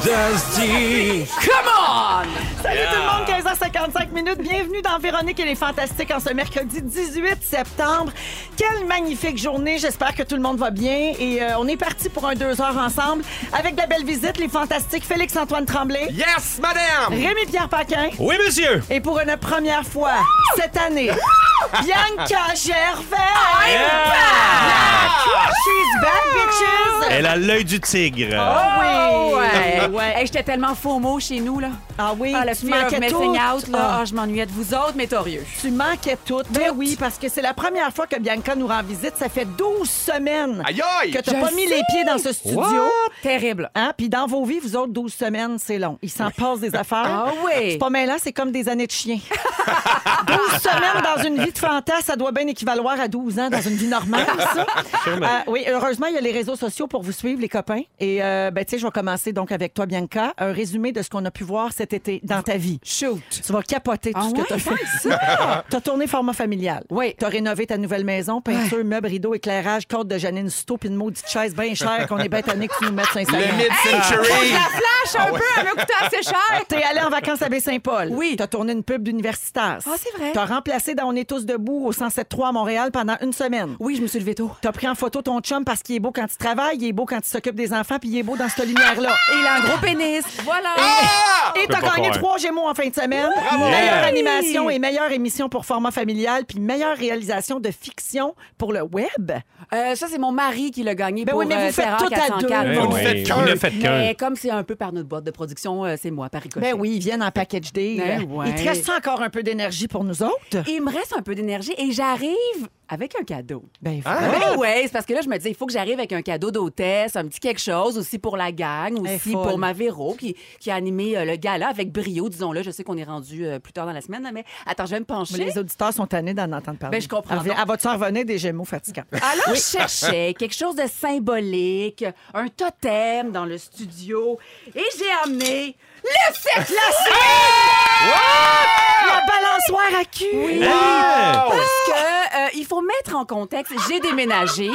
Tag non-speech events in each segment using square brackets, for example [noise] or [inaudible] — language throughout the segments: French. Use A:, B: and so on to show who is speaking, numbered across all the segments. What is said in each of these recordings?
A: Dusty.
B: Come on!
C: Salut tout le monde, 15h55 minutes. Bienvenue dans Véronique et les Fantastiques en ce mercredi 18 septembre. Quelle magnifique journée. J'espère que tout le monde va bien. Et euh, on est parti pour un deux heures ensemble avec de la belle visite, les Fantastiques Félix-Antoine Tremblay,
A: Yes, madame. Oh.
C: Rémi-Pierre Paquin
A: Oui, monsieur.
C: et pour une première fois cette année,
A: [laughs]
C: Bianca Gervais.
A: Ah,
C: She's back, bitches.
D: Elle a l'œil du tigre.
A: Ah,
C: Oh oui.
B: Ouais, ouais. [laughs] Hey, J'étais tellement faux mot chez nous, là.
C: Ah oui,
B: Ah, le
C: tu
B: fear of
C: manquais
B: missing
C: tout.
B: out, là.
C: Ah.
B: Ah, je m'ennuyais de vous autres, mais torieux.
C: Tu manquais tout. Ben oui, parce que c'est la première fois que Bianca nous rend visite. Ça fait 12 semaines
A: Aïe, aïe.
C: que t'as
B: Je
C: pas mis
B: sais.
C: les pieds dans ce studio.
B: Terrible.
C: Hein? Puis dans vos vies, vous autres, 12 semaines, c'est long. Il s'en passe des affaires.
B: Ah oui.
C: C'est pas mêlant, c'est comme des années de chien. [laughs] 12 semaines dans une vie de fantasme, ça doit bien équivaloir à 12 ans dans une vie normale,
A: [laughs]
C: ça. Euh, oui, heureusement, il y a les réseaux sociaux pour vous suivre, les copains. Et euh, ben, tu sais, je vais commencer donc avec toi, Bianca. Un résumé de ce qu'on a pu voir cet été dans ta vie.
B: Shoot.
C: Tu vas capoter tout
B: Ah
C: ce
B: ouais,
C: que t'as
B: tant
C: fait.
B: que ça.
C: [laughs] T'as tourné format familial.
B: Oui.
C: T'as rénové ta nouvelle maison, peinture, meubles, rideaux, éclairage, corde de Janine Souto, puis une maudite chaise bien chère qu'on est bête année que tu nous mettes sur Instagram.
A: Le mid-century.
B: Je la flash un peu, elle m'a coûté assez [laughs] cher.
C: [laughs] T'es allé en vacances à Baie-Saint-Paul.
B: Oui.
C: T'as tourné une pub d'universitaire.
B: Ah, c'est vrai.
C: T'as remplacé dans On est tous debout au 107.3 à Montréal pendant une semaine.
B: Oui, je me suis levée tôt.
C: T'as pris en photo ton chum parce qu'il est beau quand il travaille, il est beau quand il s'occupe des enfants, puis il est beau dans cette lumière-là.
B: Et il a un gros pénis. Voilà.
C: Ah. Et t'as
D: Peux pas
C: gagné
D: croire.
C: trois Gémeaux en fin de semaine.
A: Bravo.
C: Meilleure
D: Yeah.
C: animation et meilleure émission pour format familial, puis meilleure réalisation de fiction pour le web.
B: Euh, ça, c'est mon mari qui l'a gagné
C: Ben
B: pour
C: oui, mais
B: euh,
C: vous faites
B: Terreur
C: tout à
B: 404.
C: deux.
D: Eh
A: Vous
B: Bon.
A: ne
D: oui,
A: faites qu'un.
D: vous ne faites qu'un.
B: Mais comme c'est un peu par notre boîte de production, euh, c'est moi, par ricochet.
C: Ben oui, ils viennent en package deal.
B: Ben ouais.
C: Il te reste encore un peu d'énergie pour nous autres?
B: Il me reste un peu d'énergie et j'arrive avec un cadeau.
C: Ben,
B: Ben ouais, c'est parce que là, je me dis, il faut que j'arrive avec un cadeau d'hôtesse, un petit quelque chose aussi pour la gang,
C: Elle est
B: aussi
C: folle.
B: pour ma Véro qui, qui a animé euh, le gala avec brio, disons-le. Je sais qu'on est rendu euh, plus tard dans la semaine, mais attends, je vais me pencher.
C: les auditeurs sont tannés d'en entendre parler.
B: Ben, je comprends. Ah!
C: Elle revient- Elle va-tu en revenir des Gémeaux fatigants?
B: Alors,
C: [laughs]
B: je cherchais quelque chose de symbolique, un totem dans le studio, et j'ai amené le fait
C: [laughs] Oh! La balançoire à cul!
B: Oui.
D: Ah!
B: Parce que euh, il faut mettre en contexte, j'ai déménagé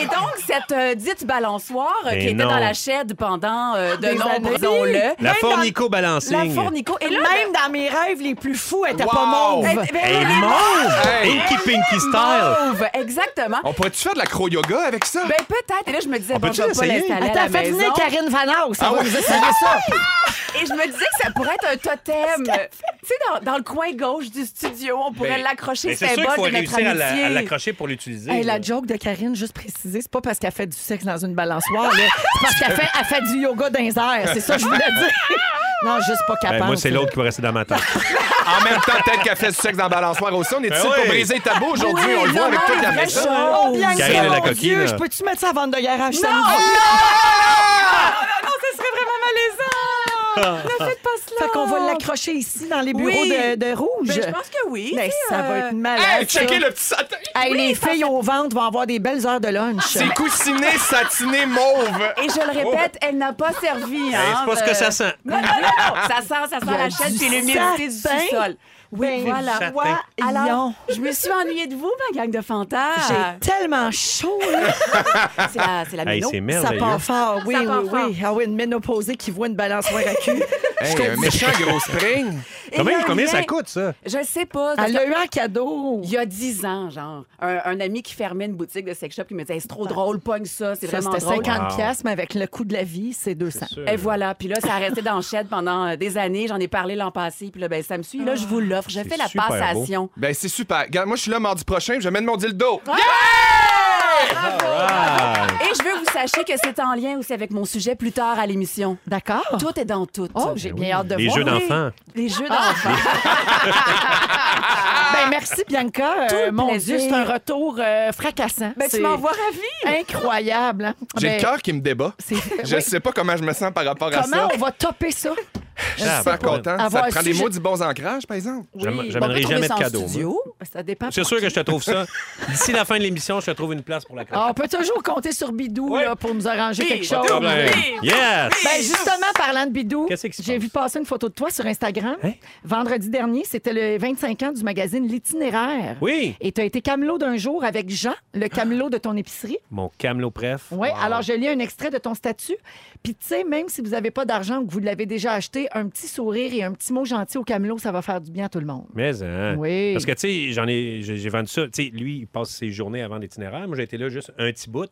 B: et donc cette euh, dite balançoire euh,
D: Ben
B: qui était
D: non.
B: dans la shed pendant euh, de
C: Des années.
B: nombreuses disons-le.
D: La
C: Même dans-
D: fornico
B: La
D: balancing.
B: fornico et là
C: Même dans mes rêves les plus fous, elle était pas
A: Wow.
C: mauve.
B: ben, ben,
D: Elle est
B: elle est
D: mauve!
A: Hey.
D: Inky Pinky style!
B: mauve, exactement.
A: On pourrait-tu faire de l'acro-yoga avec ça?
B: Ben peut-être et là je me disais
D: On
B: bon
D: peut-tu
B: je vais pas
D: l'essayer?
B: l'installer à la
C: Attends, fais venir
B: maison
C: Karine Vanas, ça
A: Ah
C: va
A: oui.
C: nous essayer ça.
B: et je me disais que ça pourrait être un totem. Tu sais dans, dans le coin gauche du studio, on pourrait
D: Ben, ben,
B: l'accrocher symbole de notre amitié.
D: la- l'accrocher pour l'utiliser.
C: Hey, la
D: là.
C: joke de Karine, juste préciser, c'est pas parce qu'elle fait du sexe dans une balançoire, là. c'est parce qu'elle fait, elle fait du yoga dans les airs. C'est ça que je voulais [laughs] dire. Non, juste pas
D: Ben,
C: capable.
D: moi, c'est l'autre qui va rester dans ma tête.
A: [laughs] En même temps, peut-être qu'elle fait du sexe dans la balançoire aussi. On est ici
D: Ben oui.
A: pour briser les tabous aujourd'hui.
B: Oui,
A: on le voit
B: non,
A: avec
B: non,
A: toute la
B: les vraies
A: maison.
B: choses.
C: Oh, Bianca,
D: Karine
C: mon
D: la coquine,
C: Dieu,
D: là.
C: je peux-tu mettre ça à vente de garage
B: Non!
C: samedi?
B: Ah, non, non, ce serait vraiment malaisant. ne faites pas cela.
C: Fait qu'on va l'accrocher ici dans les bureaux
B: Oui.
C: de, de rouge.
B: Ben, je pense que oui.
C: Mais
B: tu sais,
C: ça va
B: euh,
C: être malade.
A: Hey,
C: ça.
A: checkez le petit satin.
C: Hey, les filles au ventre vont avoir des belles heures de lunch.
A: C'est
C: [laughs]
A: coussiné, satiné, mauve.
B: Et je le répète, elle n'a pas servi.
D: Hey,
B: Hein,
D: Oh. Ben, c'est pas ce
B: de-
D: que ça sent.
B: Non, non, non. Ça sent, ça sent la chaîne
C: du
B: puis l'humidité du
C: satin.
B: sous-sol. Oui,
C: Ben,
B: voilà.
D: satin.
C: Voyons.
B: Alors, je me suis ennuyée de vous, ma gang de fantasmes.
C: j'ai tellement chaud, là.
B: C'est la, c'est la
D: [laughs] Hey,
B: méno.
D: c'est
C: Ça
D: merveilleux.
C: part fort, oui,
B: Ça
C: oui,
B: part fort.
C: oui. Ah oui, une ménopausée qui voit une balançoire à cul.
A: Hey, un méchant gros spring.
B: Et il y
D: Combien,
B: a un
D: combien ça
B: lien.
D: coûte, ça?
B: Je sais pas. [laughs] parce
C: Elle
B: que-
C: l'a eu en cadeau.
B: Il y a 10 ans, genre, un, un ami qui fermait une boutique de sex shop qui me disait Hey, C'est trop drôle, pogne ça, c'est
C: Ah. Ça,
B: vraiment
C: c'était
B: drôle.
C: 50
D: Wow.
C: piastres, mais avec le coût de la vie, c'est 200.
B: Et voilà, puis là, ça a resté dans le shed pendant euh, des années. J'en ai parlé l'an passé, puis là, ben, ça me suit. Là, je vous l'offre. Je
D: C'est
B: fais la
D: super beau.
B: passation.
A: Ben, c'est super. Regarde, moi, je suis là mardi prochain. Je mène mon dildo.
D: Ah,
B: Et je veux que vous sachiez que c'est en lien aussi avec mon sujet plus tard à l'émission.
C: D'accord?
B: Tout est dans tout.
C: Oh, j'ai bien hâte Ah! de
D: les
C: voir.
D: Ben jeux d'enfants.
B: Les jeux d'enfants.
C: Ben, merci, Bianca.
B: Tout
C: Euh,
B: le
C: mon
B: plaisir.
C: Dieu, c'est un retour euh, fracassant.
B: Ben,
C: C'est
B: tu m'envoies ravi.
C: Incroyable. hein?
A: J'ai
C: Ben,
A: le cœur qui me débat.
C: c'est-
A: Je
C: oui.
A: sais pas comment je me sens par rapport à ça.
C: Comment on va topper ça?
A: Je suis
C: Ah,
A: super content. Ça
B: Avoir
A: te prend des
B: sujet-
A: mots du bons ancrages, par exemple?
D: J'aime-
B: Oui.
D: j'amènerai
B: On peut
D: jamais de
B: trouver ça en
D: cadeau, moi.
B: studio.
C: Oh, ben,
B: Ça dépend.
D: C'est
B: pour
D: sûr
B: qui.
D: que je te trouve ça. D'ici la fin de l'émission, je te trouve une place pour la
C: Ah, on peut toujours compter sur Bidou
D: Oui.
C: là, pour nous arranger
B: Oui,
C: quelque
B: pas de
C: chose.
B: problème.
D: Yes!
C: Ben justement, parlant de Bidou,
D: Qu'est-ce qui se
C: j'ai
D: passe?
C: vu passer une photo de toi sur Instagram.
D: Hein?
C: Vendredi dernier, c'était le 25 ans du magazine L'Itinéraire.
D: Oui,
C: Et tu as été camelot d'un jour avec Jean, le camelot de ton épicerie.
D: mon camelot pref.
C: Oui, alors je lis un extrait de ton statut. Puis tu sais, même si vous n'avez pas d'argent ou que vous l'avez déjà acheté, un petit sourire et un petit mot gentil au camelot, ça va faire du bien à tout le monde.
D: Mais, hein.
C: Oui.
D: Parce que, tu sais, j'en ai, j'ai j'ai vendu ça. Tu sais, lui, il passe ses journées avant l'itinéraire. Moi, j'ai été là juste un petit bout.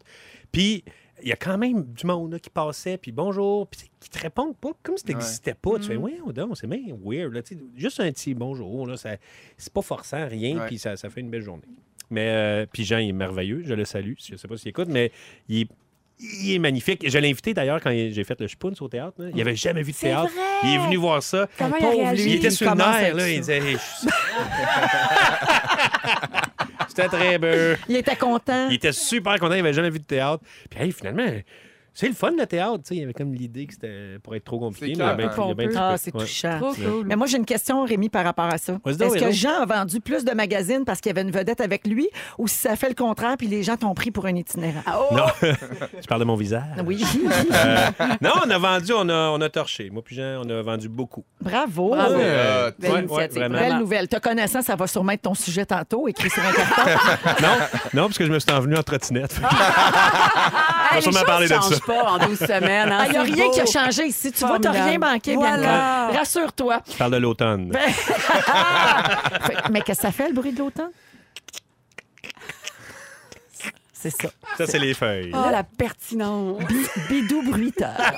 D: Puis, il y a quand même du monde là, qui passait, puis bonjour, puis tu sais, qui te répondent pas comme si tu n'existais pas. Tu
B: Mm.
D: fais, oui, donc, c'est bien weird. Là, tu sais, juste un petit bonjour, là, ça, c'est pas forçant, rien,
A: Ouais.
D: puis ça, ça fait une belle journée. Mais, euh, puis Jean, il est merveilleux, je le salue. Je sais pas s'il écoute, mais il est, il est magnifique. Je l'ai invité d'ailleurs quand j'ai fait le Spoons au théâtre. là. Il avait jamais vu de
B: Mm. C'est
D: théâtre.
B: vrai!
D: Il est venu voir ça.
B: Comment il a
D: Pauvre,
B: réagi?
D: lui, il était sur le
E: Comment ça
D: nerf, là.
E: fait
D: Il
E: ça?
D: disait, Hey, je suis- c'était très beau.
E: Il était content.
D: Il était super content, il n'avait jamais vu de théâtre. Puis hey, finalement, c'est le fun le théâtre. tu sais. Il avait comme l'idée que c'était pour être trop compliqué.
A: C'est
D: mais il a bien-
A: clair,
D: il a bien
E: Ah,
D: trippé.
C: hein.
E: c'est
D: Ouais.
E: touchant.
B: Trop cool.
E: Mais moi, j'ai une question, Rémi, par rapport à ça.
D: Vas-y donc,
E: Est-ce que
D: Véro.
E: Jean a vendu plus de magazines parce qu'il y avait une vedette avec lui ou si ça fait le contraire puis les gens t'ont pris pour un itinérant?
C: Ah,
D: Non, [laughs] je parle de mon visage.
E: Oui.
D: Euh, [laughs] non, on a vendu, on a, on a torché. Moi, puis Jean, on a vendu beaucoup.
C: [laughs] Bravo!
B: Bravo.
D: Ouais,
A: Euh,
B: Belle
D: ouais,
B: initiative.
D: vraiment.
C: Belle nouvelle. Te connaissant, ça va sûrement être ton sujet tantôt, écrit sur un carton.
D: Non, non, parce que je me suis envenu en trottinette. [laughs]
B: Ah, les
D: sûrement
B: choses
D: parler de
B: changent
D: ça.
B: pas en 12 semaines. hein,
C: Il n'y Ah, a
B: c'est
C: rien
B: beau.
C: qui a changé ici. Tu vois, t'as
B: Formidable.
C: rien manqué,
B: Voilà.
C: Bianca. Rassure-toi.
D: je parle de l'automne.
C: Ah! Fait- Mais qu'est-ce que ça fait, le bruit de l'automne?
E: C'est ça.
D: Ça, c'est les feuilles.
B: Ah, la pertinence.
C: Bidou bruiteur.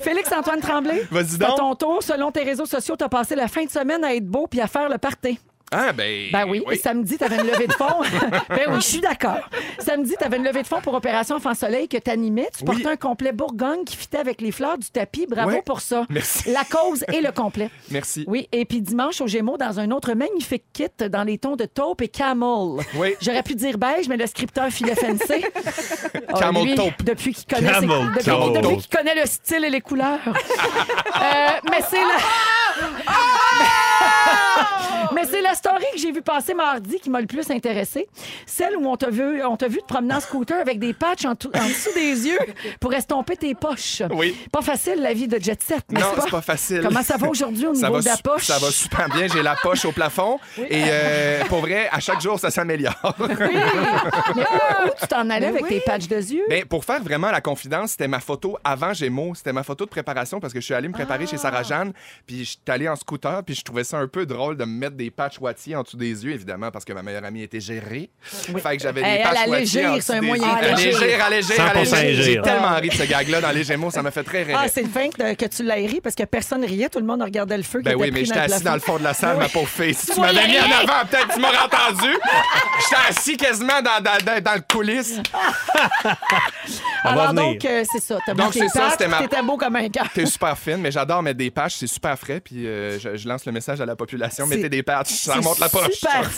C: Félix-Antoine Tremblay,
A: Vas-y
C: c'est à
A: donc.
C: ton tour. Selon tes réseaux sociaux, t'as passé la fin de semaine à être beau puis à faire le party.
A: Ah, ben.
C: Ben oui, Et samedi, t'avais une levée de fonds. ben oui, je suis d'accord. Samedi, t'avais une levée de fonds pour Opération Enfant Soleil que t'animais. Tu portais un complet Bourgogne qui fitait avec les fleurs du tapis. Bravo
A: Ouais.
C: pour ça.
A: Merci.
C: La cause et le complet.
A: Merci.
C: Oui, et puis dimanche au Gémeaux, dans un autre magnifique kit dans les tons de taupe et camel.
A: Oui.
C: J'aurais pu dire beige, mais le scripteur filet
A: [laughs]
C: fencé. Ah,
A: Camel
C: lui,
A: taupe.
C: Depuis qu'il connaît, ses-
D: Camel
C: depuis-
D: taupe.
C: depuis qu'il connaît le style et les
A: [laughs]
C: couleurs. Euh, mais c'est la...
A: Ah!
C: [laughs] Mais c'est la story que j'ai vue passer mardi qui m'a le plus intéressée. Celle où on t'a vu, on t'a vu te promener en scooter avec des patchs en, tout- en dessous des yeux pour estomper tes poches.
A: Oui.
C: Pas facile la vie de jet set, n'est-ce
A: Non, c'est pas facile.
C: Comment ça va aujourd'hui au
A: Ça
C: niveau
A: va
C: de la
A: su-
C: poche?
A: Ça
C: [laughs]
A: va super bien. J'ai la poche au plafond. Et euh, pour vrai, à chaque jour, ça s'améliore.
C: Oui. Mais où, où Oh, tu t'en allais avec tes patchs de yeux?
A: Mais Ben, pour faire vraiment la confidence, c'était ma photo avant Gémeaux. C'était ma photo de préparation parce que je suis allé me préparer chez
C: Ah.
A: Sarah-Jeanne. Puis je suis allé en scooter. Puis je trouvais ça un peu drôle de me mettre des patchs Wattier en dessous des yeux, évidemment, parce que ma meilleure amie était gérée. Fait que j'avais
C: Hey,
A: des
C: elle,
A: patchs
C: elle
A: Wattier.
C: allégir,
A: en dessous
C: c'est un
A: des
C: moyen
A: yeux.
C: d'allégir.
A: Allégir, allégir,
D: 100%
A: allégir. J'ai
D: allégir.
A: tellement ri de ce gag-là dans les Gémeaux. Ça m'a fait très rire.
E: Ah, c'est le fin que, que tu l'aies ri parce que personne riait, tout le monde regardait le feu qui
A: Ben
E: était
A: oui, mais
E: pris
A: j'étais
E: le
A: assis dans le
E: plafond.
A: fond de la salle, ma pauvre fille. Si tu
C: voyais
A: m'avais mis en
C: rien.
A: avant, peut-être tu m'aurais entendu. J'étais assis quasiment dans, dans, dans, dans le coulisse.
D: On va
C: Alors
D: venir.
C: donc, euh, c'est ça. T'as
A: Donc,
C: mis tes
A: c'est ça,
C: patchs,
A: c'était ma-
C: T'étais beau comme un
A: [laughs]
C: gars.
A: T'es super fine, mais j'adore mettre des patchs. C'est super frais. Puis euh, je, je lance le message à la population. Mettez des patchs, ça remonte la poche. [laughs]
E: Super.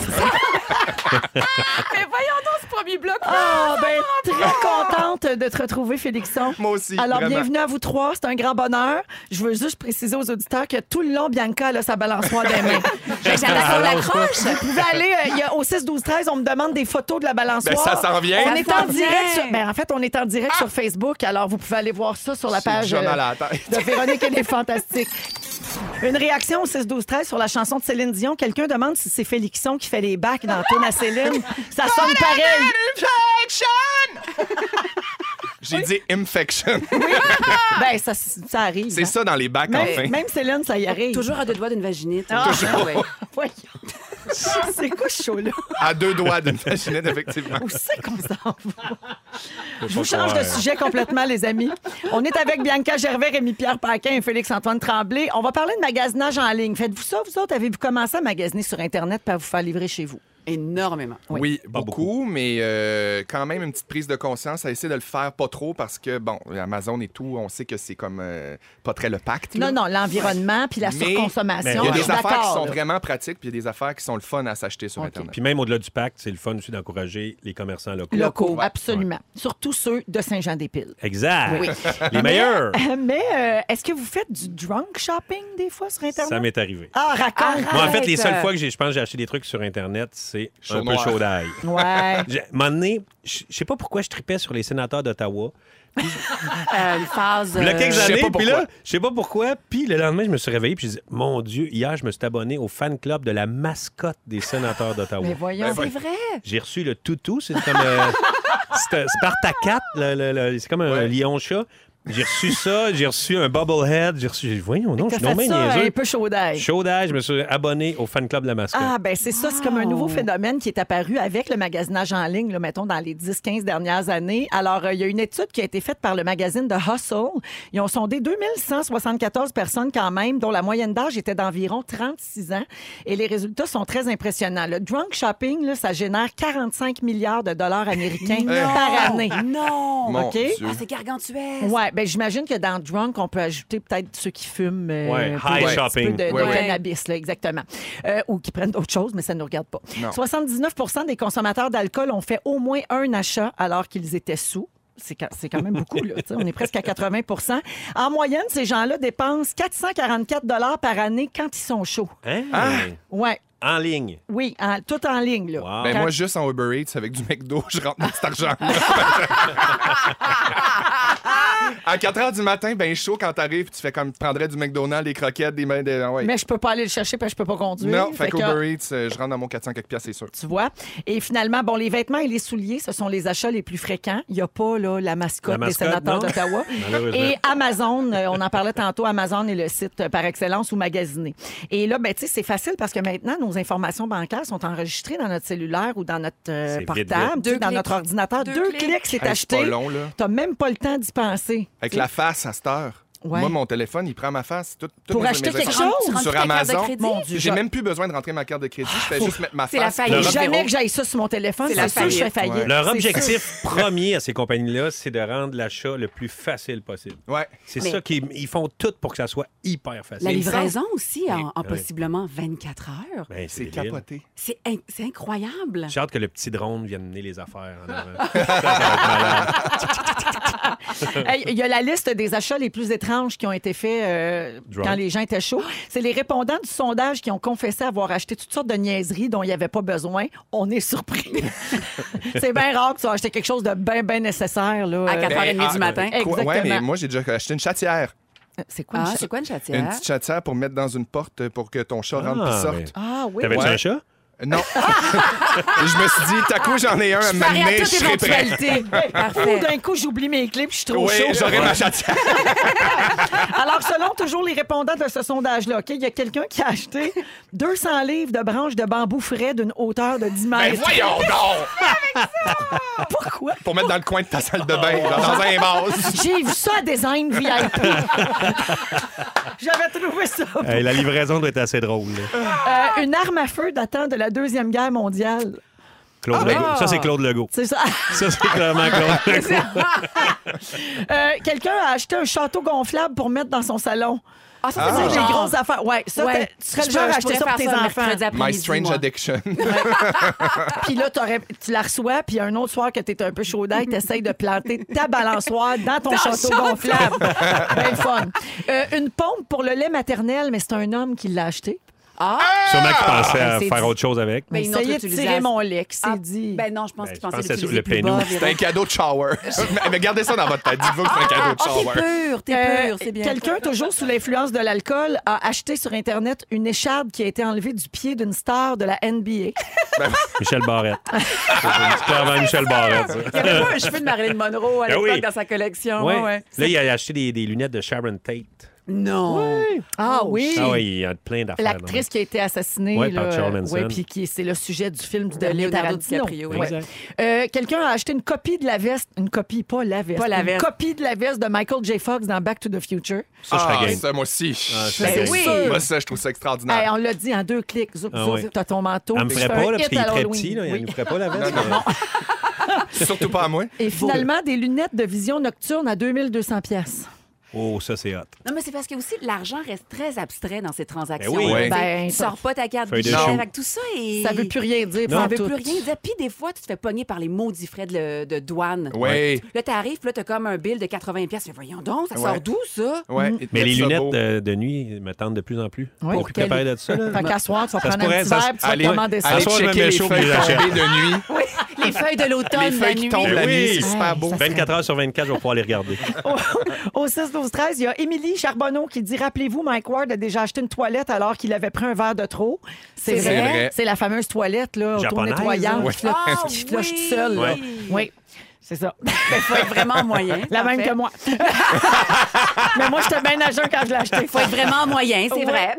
B: Mais voyons donc ce premier bloc.
C: Ah, ben, très contente de te retrouver, Félixon.
A: Moi aussi,
C: Alors,
A: vraiment.
C: bienvenue à vous trois. C'est un grand bonheur. Je veux juste préciser aux auditeurs que tout le long, Bianca, elle a sa balançoire des
A: [laughs]
C: mains.
B: Ben, J'attends qu'on l'accroche.
C: Vous pouvez aller euh, il y a, au 6, 12, 13, on me demande des photos de la balançoire.
A: Ben, ça s'en vient.
C: On
A: Ça
C: est
B: s'en
C: en direct.
B: vient. Ah!
C: Sur, ben, en fait, on est en direct sur Facebook. Alors, vous pouvez aller voir ça sur la
A: J'ai
C: page
A: déjà mal
C: euh,
A: à la tête.
C: de Véronique. Elle est fantastique. Une réaction au 6 12 13 sur la chanson de Céline Dion. Quelqu'un demande si c'est Félixon qui fait les bacs dans Tune à Céline. Ça sonne pareil.
A: J'ai dit infection. [laughs]
C: Ben, ça, ça arrive.
A: C'est ça dans les bacs,
C: Même,
A: enfin.
C: même Céline, ça y arrive.
B: Toujours à deux doigts d'une vaginite.
C: Ah.
B: Ah ouais.
C: [laughs] Voyons. C'est quoi ce show-là?
A: À deux doigts d'une machine, effectivement.
C: Où c'est qu'on s'en va? Je
D: pas
C: vous change de
D: croire.
C: sujet complètement, les amis. On est avec Bianca Gervais, Rémi-Pierre Paquin et Félix-Antoine Tremblay. On va parler de magasinage en ligne. Faites-vous ça, vous autres? Avez-vous commencé à magasiner sur Internet pour vous faire livrer chez vous?
B: énormément.
A: Oui, beaucoup, mais euh, quand même une petite prise de conscience à essayer de le faire pas trop parce que, bon, Amazon et tout, on sait que c'est comme euh, pas très le pacte. là.
C: Non, non, l'environnement puis la
A: Mais-
C: surconsommation.
A: Il y a
C: je
A: des
C: suis
A: affaires qui
C: d'accord,
A: sont
C: là.
A: vraiment pratiques, puis il y a des affaires qui sont le fun à s'acheter sur Internet.
D: Puis même au-delà du pacte, c'est le fun aussi d'encourager les commerçants locaux.
C: Locaux,
A: Ouais.
C: absolument. Surtout ceux de Saint-Jean-des-Piles.
D: Exact.
C: Oui.
D: Les meilleurs.
C: Mais euh, est-ce que vous faites du drunk shopping des fois sur Internet?
D: Ça m'est arrivé.
C: Ah, raconte!
D: Moi, en fait, les
B: Arrête.
D: seules fois que j'ai, je pense que j'ai acheté des trucs sur Internet, c'est
A: Chaud
D: un peu
A: noir.
D: chaud d'ail.
C: Ouais.
D: J'ai- un moment donné, je je sais pas pourquoi je tripais sur les sénateurs d'Ottawa.
B: Euh, une phase.
D: Il y a
B: euh,
D: quelques
A: je sais
D: années,
A: pas
D: puis
A: pourquoi.
D: là, je sais pas pourquoi. Puis le lendemain, je me suis réveillé, puis je disais, mon Dieu, hier, je me suis abonné au fan club de la mascotte des sénateurs d'Ottawa.
F: Mais
A: Ben,
F: voyons.
A: ben,
B: C'est vrai.
D: J'ai reçu le toutou, c'est comme.
C: [laughs]
D: euh, c'est un Spartacat, le- le- le- c'est comme un
A: Ouais.
D: lion-chat. J'ai reçu ça, j'ai reçu un bobblehead, j'ai reçu. j'ai dit, Voyons, non, je
C: T'as
D: suis non
C: fait
D: mais
C: ça
D: niaiseux.
C: un peu chaud d'ail.
D: Chaud d'âge, je me suis abonné au fan club de la mascotte.
C: Ah, ben c'est ça, c'est comme un nouveau phénomène qui est apparu avec le magasinage en ligne, là, mettons, dans les 10-15 dernières années. Alors, euh, il y a une étude qui a été faite par le magazine The Hustle. Ils ont sondé 2174 personnes quand même, dont la moyenne d'âge était d'environ 36 ans. Et les résultats sont très impressionnants. Le drunk shopping, là, ça génère 45 milliards de dollars américains par année.
B: Non.
A: Mon
C: OK.
A: Dieu.
B: Ah, c'est gargantuesque.
C: Ouais, ben j'imagine que dans Drunk, on peut ajouter peut-être ceux qui fument. euh,
D: Ouais,
C: puis
D: high
C: un petit
D: shopping.
C: peu de, de
A: Ouais,
B: ouais.
C: cannabis, là, exactement. Euh, ou qui prennent d'autres choses, mais ça ne nous regarde pas.
A: Non.
C: 79 des consommateurs d'alcool ont fait au moins un achat alors qu'ils étaient sous. C'est quand, c'est quand même beaucoup, là. tu sais, On est presque à 80 En moyenne, ces gens-là dépensent 444 par année quand ils sont chauds.
D: Hein?
A: ah.
C: Ouais,
D: En ligne.
C: oui, en- tout en ligne, là.
D: Wow.
A: Ben,
C: Quand-
A: moi, juste en Uber Eats avec du McDo, [laughs] je rentre dans cet argent
C: [laughs]
A: à 4 h du matin, ben chaud quand t'arrives, tu fais comme tu prendrais du McDonald's, des croquettes, des mains. Des... ouais.
C: Mais je peux pas aller le chercher parce que je peux pas conduire.
A: non, fait,
C: Fait que-
A: qu'Uber Eats, euh, je rentre dans mon 400 quelques piastres, c'est sûr.
C: tu vois. Et finalement, bon, les vêtements et les souliers, ce sont les achats les plus fréquents. Il n'y a pas là, la, mascotte
D: La mascotte,
C: des sénateurs
D: non.
C: d'Ottawa.
D: [laughs] Malheureusement.
C: et Amazon, euh, on en parlait tantôt, Amazon est le site euh, par excellence où magasiner. Et là, ben, tu sais, c'est facile parce que maintenant, nos informations bancaires sont enregistrées dans notre cellulaire ou dans notre euh,
D: C'est vite,
C: portable,
D: vite.
C: tu sais,
B: Deux
C: dans
B: clics.
C: notre ordinateur. Deux,
B: Deux
C: clics,
B: clics.
C: c'est
A: Hey,
C: acheté.
A: pas long, là.
C: T'as même pas le temps d'y penser.
A: Avec la face à cette heure.
C: Ouais.
A: Moi, mon téléphone, il prend ma face. Tout, toutes
C: Pour
A: mes-
C: acheter
A: mes
C: quelque
A: affaires.
C: chose?
B: Tu rentres
A: Sur
B: ta carte de
A: Amazon.
B: crédit?
C: Mon Dieu, Ah,
A: J'ai
C: je-
A: même plus besoin de rentrer ma carte de crédit. Je fais juste mettre ma
B: C'est
A: face.
B: la
A: puis
B: faillite.
A: le
B: Jamais
A: repérer.
C: Jamais que j'aille ça sur mon téléphone,
B: C'est
C: c'est
B: la
C: sûr que je fais
B: faillite.
C: faillite.
D: Leur
C: C'est
D: objectif premier à ces compagnies-là, c'est de rendre l'achat le plus facile possible.
A: Ouais.
D: C'est
B: Mais-
D: ça qu'ils ils font tout pour que ça soit hyper facile.
B: La
A: il me
B: livraison aussi, en, en
D: Ouais.
B: possiblement 24 heures.
D: Ben,
A: C'est
D: c'est débile.
A: capoté.
B: C'est in- c'est incroyable.
D: J'ai hâte que le petit drone vienne mener les affaires. en avant.
C: Hey, Il y a la liste des achats les plus étranges qui ont été faits euh,
D: Drunk.
C: quand les gens étaient chauds. C'est les répondants du sondage qui ont confessé avoir acheté toutes sortes de niaiseries dont il n'y avait pas besoin. On est
A: [laughs]
C: surpris. C'est bien rare que tu aies acheté quelque chose de bien, bien nécessaire. Là.
B: À
C: Euh,
B: 4h30 du matin.
C: ben,
A: Quoi- Ouais,
C: Exactement.
A: mais moi, j'ai déjà acheté une chatière.
C: C'est quoi? une
B: Ah,
C: cha-
B: c'est quoi une
A: Une
B: chatière?
A: petite chatière pour mettre dans une porte pour que ton chat rentre
D: Ah,
A: et sorte.
C: Ah oui.
D: T'avais-tu
A: Ouais.
D: un chat?
A: Euh, Non. je me suis dit, t'as coup, j'en ai un à
B: parie à
A: m'amener, je
B: toute
A: serai prêt.
B: éventualité.
C: Ou
A: [laughs]
B: Parfait.
C: d'un coup, j'oublie mes clips, je suis trop
A: Oui,
C: chaud.
A: j'aurai ma chatière.
C: [laughs] Alors, selon toujours les répondants de ce sondage-là, OK, il y a quelqu'un qui a acheté 200 livres de branches de bambou frais d'une hauteur de 10
A: [laughs] Ben
C: mètres.
A: voyons donc!
C: Pourquoi?
A: Pour mettre dans le coin de ta salle de bain, dans un vase.
C: J'ai vu ça à Design VIP. [laughs] J'avais trouvé ça. beau.
D: Hey, la livraison doit être assez drôle. là.
C: Euh, une arme à feu datant de la Deuxième Guerre mondiale.
D: Claude Legault. Ça, c'est Claude Legault.
C: C'est ça. [laughs]
D: Ça, c'est clairement Claude Legault.
C: Euh, Quelqu'un a acheté un château gonflable pour mettre dans son salon.
B: Ah, ça,
C: C'est
B: c'est
C: des
B: genre-
C: grosses affaires. Ouais, ça,
B: Ouais.
C: t'es- tu serais le
B: Je
C: genre
B: peux-
C: à
B: je
C: acheter ça
B: pourrais
C: pour tes
B: faire
C: enfants.
B: mercredi
A: My
B: après-midi,
A: Strange
B: moi.
A: Addiction.
C: [laughs] Puis là, t'aurais- tu la reçois, puis un autre soir que t'es un peu chaud d'ail, t'essayes de planter ta balançoire dans ton château gonflable. Bien le fun. Euh, une pompe pour le lait maternel, mais c'est un homme qui l'a acheté.
B: Ah!
D: Sûrement qu'il pensait à
B: Ben, c'est
D: faire
B: dit.
D: autre chose avec.
B: Ben, une autre
C: Essayez de tirer
B: utilisation.
C: mon lait, qui s'est
B: Ah,
C: dit.
B: Ben non, je pense
D: Ben,
B: qu'il
D: je pensais
B: pensait
D: sur le
B: l'utiliser plus
D: pénou.
B: bas.
A: C'est un cadeau de shower. [laughs] Mais- Mais gardez ça dans votre tête. Dites-vous que c'est un cadeau de
B: Oh, t'es
A: shower.
B: pur,
C: Euh,
B: t'es pur, c'est bien.
C: Quelqu'un, toujours sous l'influence de l'alcool, a acheté sur Internet une écharde qui a été enlevée du pied d'une star de la NBA.
D: Michel Barrette. c'est clairement Michel Barrette. ça.
B: Il y avait pas un cheveu de Marilyn Monroe à
D: Ben
B: l'époque
D: oui.
B: dans sa collection.
D: Ouais.
B: ouais, ouais.
D: Là, il a acheté des, des lunettes de Sharon Tate.
B: Non.
C: Ah oui.
D: Ah oui, il y a plein d'affaires. là.
C: L'actrice qui a été assassinée.
D: Ouais, par
C: là,
D: Charles
C: euh,
D: Manson.
C: ouais, puis qui c'est le sujet du film du
B: De
C: dernier
B: Leonardo
C: Tarantino.
B: DiCaprio,
C: Ouais.
D: Exact.
C: Euh, Quelqu'un a acheté une copie de la veste, une copie, pas la veste,
B: Pas la
C: une
B: veste.
C: copie de la veste de Michael J. Fox dans Back to the Future.
D: Ça, je serais game.
A: ça, moi aussi.
D: Ah, je
C: Ben
D: serais game.
C: oui.
A: Moi, ça, je trouve ça extraordinaire.
C: Hey, on l'a dit en deux clics, zoup,
D: Ah
C: zoup,
D: ouais.
C: zoup, t'as ton manteau.
D: Elle me
C: tu
D: ferait
C: fais
D: pas,
C: un
D: là, parce
C: hit
D: qu'il est très
C: Halloween.
D: petit. Là,
C: Oui.
D: Il ne ferait pas la veste.
A: Non, non, non. Surtout pas à moi.
C: Et finalement, des lunettes de vision nocturne à 2200 pièces.
D: Oh, ça, c'est hot.
B: Non, mais c'est parce que aussi l'argent reste très abstrait dans ces transactions.
D: Ben oui.
A: Ouais.
C: Ben,
B: tu sors pas ta carte
D: Feuille de
B: bancaire,
A: chou.
B: fait que tout ça et
C: Ça veut plus rien dire.
D: Non.
B: ça
C: pas
B: veut
C: tout.
B: plus rien dire. Puis des fois, tu te fais pogner par les maudits frais de, de douane.
A: Ouais.
B: Là, t'arrives, puis là, t'as comme un bill de 80 pièces. Mais voyons donc, ça
A: Ouais.
B: sort d'où, ça?
A: Ouais. Et
D: Mais
A: mettre
D: les
A: ça
D: lunettes
A: beau.
D: de, de nuit me tentent de plus en plus.
C: Ouais,
D: Pour plus
C: quel-
D: préparer de ça. là.
C: [laughs] Fait qu'à soir, tu
D: Ça
C: vas
D: se
C: prendre un
D: pourrait,
C: petit
D: ça se-
C: verre, puis tu vas te
A: Allez,
C: commander ça.
A: allez
D: soir, je me
A: checker
D: mets
A: les
D: chaud puis
A: feuilles
D: les achète.
A: tombées de nuit.
C: [laughs] Les feuilles de l'automne,
A: Les feuilles qui tombent la
D: Ben
A: nuit,
D: oui.
A: c'est super beau.
D: 24 heures sur 24, je vais pouvoir les regarder.
C: Au 6-12-13, il y a Émilie Charbonneau qui dit Rappelez-vous, Mike Ward a déjà acheté une toilette alors qu'il avait pris un verre de trop. C'est
A: C'est
C: vrai.
A: vrai.
C: C'est la fameuse toilette là,
D: Japonaise,
C: auto-nettoyante
D: hein?
C: qui flotte-
B: Ah,
C: qui floche
B: oui!
C: tout seul. là.
D: Ouais.
C: Oui, c'est
B: [laughs]
C: ça.
B: Il faut être vraiment moyen.
C: La même que moi. Mais moi, [laughs] j'étais bien à jeun quand je l'ai acheté.
B: Il faut être vraiment moyen, c'est
C: Ouais.
B: vrai.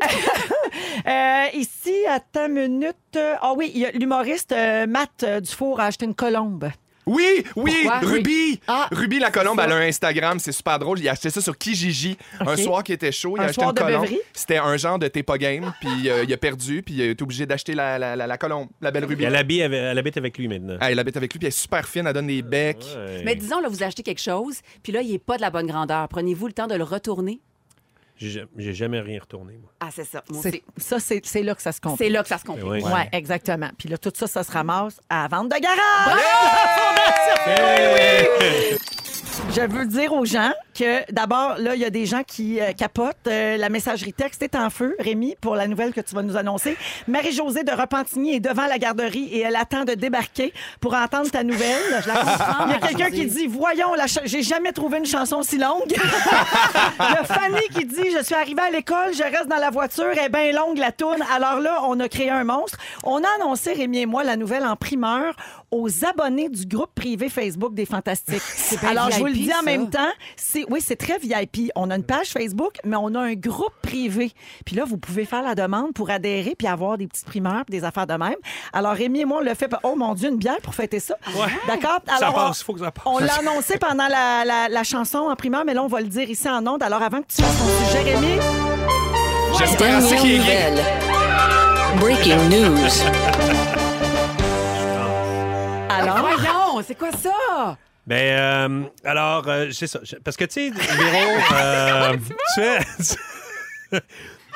C: Euh, ici, à ta minute. euh, Ah oui, il y a l'humoriste euh, Matt euh, Dufour a acheté une colombe.
A: Oui, oui,
C: Pourquoi?
A: Ruby.
C: Ah,
A: Ruby la colombe,
C: ça.
A: elle a un Instagram, c'est super drôle. Il a acheté ça sur Kijiji. Un soir qui était chaud, il
C: Un
A: a acheté
C: soir
A: une
C: de
A: colombe.
C: beuverie?
A: C'était un genre de t'es pas game, puis euh, il a perdu, puis il est obligé d'acheter la, la, la- la colombe, la belle
D: Puis
A: Ruby.
D: Elle habite avec, elle habite avec lui maintenant.
A: Ah, elle habite avec lui, puis elle est super fine, elle donne des becs.
D: Ouais.
B: Mais disons, là, vous achetez quelque chose, puis là, il n'est pas de la bonne grandeur. Prenez-vous le temps de le retourner.
D: J'ai ja- j'ai jamais rien retourné. Moi.
B: Ah, c'est ça. Moi
C: C'est-
B: aussi.
C: Ça, c'est c'est là que ça se compte.
B: C'est là que ça se comprend.
D: Ben oui.
C: Oui, exactement. Puis là, tout ça, ça se ramasse à la vente de garage. Eh [laughs] Je veux dire aux gens que d'abord, là, il y a des gens qui euh, capotent. Euh, la messagerie texte est en feu, Rémi, pour la nouvelle que tu vas nous annoncer. Marie-Josée de Repentigny est devant la garderie et elle attend de débarquer pour entendre ta nouvelle. Je la comprends. Il y a quelqu'un qui dit Voyons, la cha- j'ai jamais trouvé une chanson aussi longue. [laughs] Il y a Fanny qui dit Je suis arrivée à l'école, je reste dans la voiture, elle est bien longue la tourne. Alors là, on a créé un monstre. On a annoncé, Rémi et moi, la nouvelle en primeur aux abonnés du groupe privé Facebook des Fantastiques.
B: bien
C: Alors, je vous le
B: VIP,
C: dis en
B: ça.
C: même temps, c'est, oui, c'est très VIP. On a une page Facebook, mais on a un groupe privé. Puis là, vous pouvez faire la demande pour adhérer puis avoir des petites primeurs puis des affaires de même. Alors, Rémi et moi, on le fait. Oh mon Dieu, une bière pour fêter ça. D'accord?
D: ça
C: Alors, on-
D: passe, il faut que ça passe.
C: on l'a annoncé pendant la, la- la chanson en primeur, mais là, on va le dire ici en ondes. Alors, avant que tu fasses ton sujet, Rémi,
A: J'espère assez
G: Dernière
A: qu'il est gay.
G: nouvelle. Breaking news.
B: Oh,
C: alors,
B: Voyons, c'est quoi ça?
D: Ben, euh, alors, euh, c'est ça. Je- Parce que, tu sais, Véro, euh, tu sais, [laughs] tu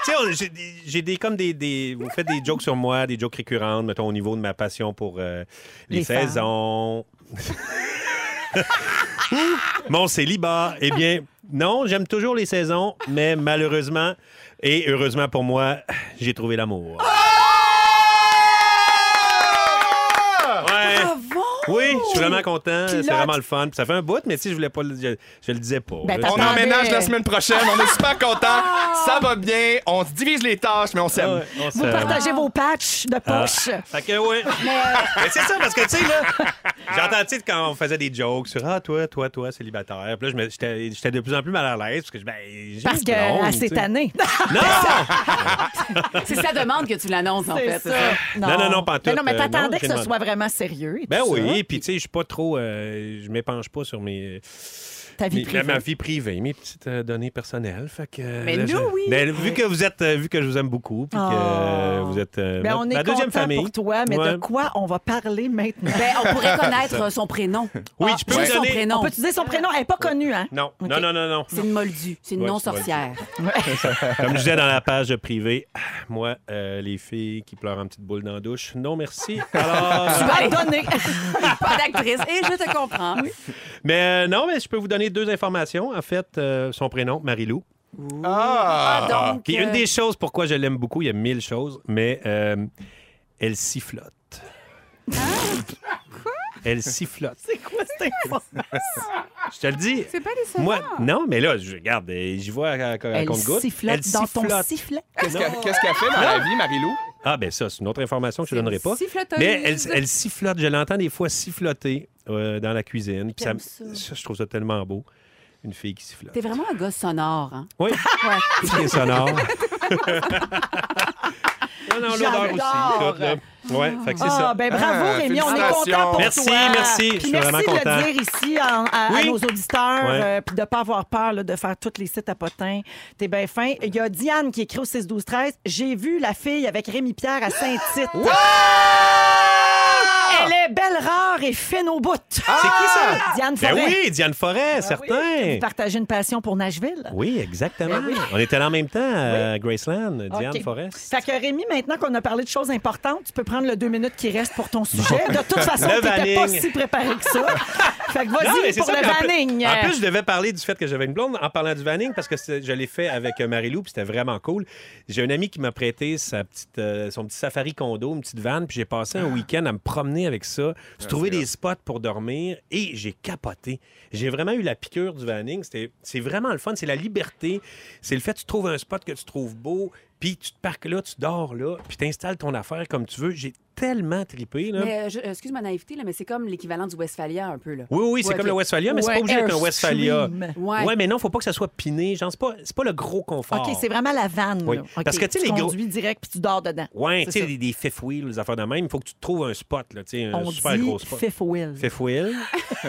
D: sais, on- j'ai- j'ai des, comme des, des- Vous faites des jokes sur moi, des jokes récurrentes, mettons, au niveau de ma passion pour euh, les,
C: Les femmes.
D: saisons. [laughs] Mon célibat. Eh bien, non, j'aime toujours les saisons, mais malheureusement, et heureusement pour moi, j'ai trouvé l'amour.
A: Ah!
D: Ouais.
B: Bravo!
D: Oui, je suis vraiment content. C'est
C: Pilote.
D: vraiment le fun. Puis ça fait un bout, mais tu sais, je voulais pas le je, je le disais pas.
C: Ben,
D: là,
C: t'as
D: tu
A: On
D: sais.
C: Attendez.
A: emménage la semaine prochaine, on est super contents.
C: Ah!
A: Ça va bien, on se divise les tâches, mais on s'aime.
D: Ah Ouais, on
C: vous
D: s'aime.
C: partagez euh, vos patchs
D: Ah.
C: de poche.
D: Fait que oui.
C: [laughs]
D: Mais c'est ça, parce que tu sais, là, j'entends, tu sais, quand on faisait des jokes sur Ah, toi, toi, toi, célibataire. Puis là, je me- j'étais j'étais de plus en plus mal à l'aise parce que je- ben, j'ai
C: Parce
D: une
C: que ah,
D: blonde,
C: à
D: tu sais.
C: cette année.
B: C'est sa demande que tu l'annonces,
C: [laughs]
B: en fait.
D: Non, non, non, pas en tout.
C: Mais non, mais
D: Euh,
C: t'attendais
D: non,
C: que
D: j'ai
C: ce
D: demandé.
C: soit vraiment sérieux. et
D: Ben
C: tout
D: oui, puis tu sais, je suis pas trop. euh, je m'épanche pas sur mes. euh,
C: ça. Ta vie
D: mes-
C: privée.
D: ma vie privée, mes petites euh, données personnelles. Fait que, euh,
B: Mais
D: là, je-
B: nous, oui.
D: Mais vu que vous êtes, euh, vu que je vous aime beaucoup, puis que euh,
C: Oh.
D: vous êtes euh,
C: Ben,
D: ma-
C: on est
D: ma deuxième
C: content
D: famille.
C: pour toi, mais de
D: Ouais.
C: quoi on va parler [laughs] maintenant?
B: Ben, on
D: [laughs]
B: pourrait connaître euh, son prénom.
D: Oui,
B: Ah,
D: tu peux
B: juste
D: me
B: son
D: donner-
B: prénom.
C: On peut utiliser son prénom? Elle n'est pas connue, hein?
D: Non,
C: Ok.
D: non, non, non, non.
B: C'est une moldue, c'est une
D: Ouais, c'est une
B: non-sorcière.
D: Comme je disais dans la page privée, moi, euh, les filles qui pleurent en petite boule dans la douche, non merci.
C: [laughs]
D: Alors,
C: Ah, donnez.
B: Pas d'actrice, et je te comprends.
D: mais euh, non, mais je peux vous donner deux informations. En fait, euh, son prénom, Marie-Lou.
A: Ah!
B: Ah, donc,
D: Puis
B: euh,
D: une des choses pourquoi je l'aime beaucoup, il y a mille choses, mais euh, elle sifflote.
C: Ah!
D: Elle sifflote.
C: C'est quoi cette information?
D: Je te le dis.
B: C'est pas décevant.
D: Moi, non, mais là, je regarde, euh, j'y vois à, à- à
C: Elle
D: compte-gouttes.
C: sifflote
D: Elle
C: dans ton
D: sifflote.
C: sifflet.
A: Qu'est-ce qu'elle qu'est-ce qu'elle fait dans la vie, Marie-Lou?
D: Ah, ben ça, c'est une autre information que je ne donnerai pas.
B: siffloteuse.
D: Mais elle, elle sifflote. Je l'entends des fois siffloter euh, dans la cuisine. Puis ça,
B: J'aime
D: me-
B: ça.
D: ça, je trouve ça tellement beau. une fille qui sifflote.
B: T'es vraiment un gars sonore, hein?
D: Oui. [laughs] Très sonore. non, non, l'odeur aussi.
C: J'adore.
D: tout, là. Ouais, fait que c'est
C: Ah,
D: ça.
C: ben bravo,
A: Ah,
C: Rémi, on est content
A: félicitations.
C: pour
D: Merci,
C: toi.
D: merci.
C: Puis
D: Je suis
C: merci
D: vraiment
C: de
D: content.
C: le dire ici en- à, à
D: Oui.
C: nos auditeurs,
D: Ouais.
C: euh, puis de ne pas avoir peur là, de faire tous les sites à potins. T'es bien fin. Il y a Diane qui écrit au 6 12 13 J'ai vu la fille avec Rémi Pierre à Saint-Tite. Elle est belle, rare et fine au bout.
D: C'est qui ça?
C: Diane
D: Ben
C: Forêt.
D: oui, Diane Forêt, certain.
C: Vous partagez une passion pour Nashville.
D: Oui, exactement. On était là en même temps à Graceland, Diane
C: OK.
D: Forest.
C: Fait que Rémi, maintenant qu'on a parlé de choses importantes, tu peux prendre le deux minutes qui restent pour ton sujet. De toute façon,
D: Le
C: t'étais pas
D: vanning.
C: si préparé que
D: [laughs]
C: ça. Fait que
D: Non, mais
C: vas-y
D: c'est
C: pour
D: ça,
C: le
D: puis en plus-
C: vanning.
D: En plus, je devais parler du fait que j'avais une blonde en parlant du vanning parce que c'est- je l'ai fait avec euh, Marie-Lou puis c'était vraiment cool. J'ai un ami qui m'a prêté sa petite, euh, son petit safari condo, une petite vanne, puis j'ai passé un week-end à me promener avec ça, se trouver des spots pour dormir et j'ai capoté. J'ai vraiment eu la piqûre du vanning. C'était- C'est vraiment le fun. C'est la liberté. C'est le fait que tu trouves un spot que tu trouves beau. Puis tu te parques là, tu dors là, puis t'installes ton affaire comme tu veux. J'ai tellement tripé. Là.
B: Mais, euh, je- excuse ma naïveté, là, mais c'est comme l'équivalent du Westphalia, un peu. Là.
D: Oui, oui, c'est
B: Ouais,
D: comme
B: ok.
D: le Westphalia, mais c'est
C: Ouais,
D: pas obligé d'être un
C: Airstream.
D: Westphalia.
B: Ouais.
D: Ouais. mais non, faut pas que ça soit piné. Genre, c'est pas, c'est pas le gros confort.
C: OK, c'est vraiment la vanne.
D: oh. Oui.
C: là. OK,
D: Parce que, tu sais,
C: tu
D: les gros-
C: conduis direct puis tu dors dedans.
D: Ouais, tu
C: C'est
D: sais,
C: ça.
D: des, des fifth wheel, des affaires de même. Il faut que tu te trouves un spot, là, tu sais, un
C: On
D: super
C: dit
D: gros spot.
C: fifth wheel.
D: Fifth wheel.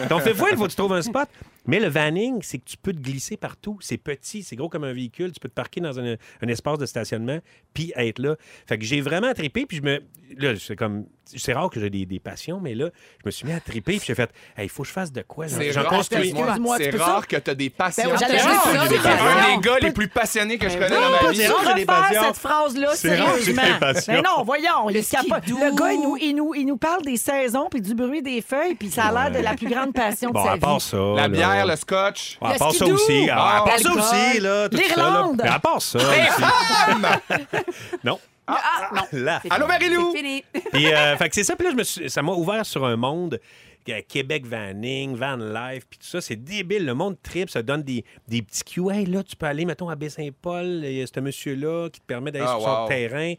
D: Donc, fifth wheel, faut que tu trouves un spot. Mais le vanning, c'est que tu peux te glisser partout. C'est petit, c'est gros comme un véhicule. Tu peux te parquer dans un, un espace de stationnement puis être là. Fait que j'ai vraiment trippé. Puis je me. Là, c'est comme. C'est rare que j'ai des, des passions, mais là, je me suis mis à triper. Puis j'ai fait, il faut que je fasse de quoi. J'en
A: C'est
D: j'en
A: rare,
D: construis.
A: excuse-moi,
C: Excuse-moi, tu
A: c'est
C: peux
A: rare
C: ça?
A: que tu as des passions.
C: Ben oui, j'allais
A: C'est
C: dire
A: rare.
C: ça,
A: un
C: j'ai des passions.
A: des gars les plus passionnés que je connais dans ma
C: Peux-tu
A: vie.
D: Bien sûr, Ah, j'ai des
C: refaire
D: passions.
C: cette phrase-là,
D: C'est rare, j'ai des
C: sérieusement?
D: passions.
C: Mais non, voyons, il est capable.
B: skidoo.
C: Le gars, il nous, il, nous, il nous parle des saisons puis du bruit des feuilles, puis ça a l'air de la plus grande passion de
D: Bon,
C: sa
D: à
C: vie.
D: part ça.
A: La
D: là-
A: bière, le scotch.
D: Ouais, à
B: Le
D: part ça
B: skidoo.
D: aussi. Ah, à- À part ça
B: L'alcool.
D: aussi, là. tout ça, là.
C: L'Irlande.
D: Mais à part ça. aussi. [laughs] Non.
B: Ah, non.
D: Là.
B: C'est fini.
A: Allô, Marie-Lou?
B: C'est fini. [laughs]
D: Puis, euh, fait que c'est ça. Puis là, je me suis- ça m'a ouvert sur un monde. euh, Québec Vanning, Van Life, puis tout ça, c'est débile. Le monde trip, ça donne des, des petits QA. là, tu peux aller, mettons, à Baie-Saint-Paul, il y a ce monsieur-là qui te permet d'aller
A: Ah,
D: sur son
A: wow.
D: terrain.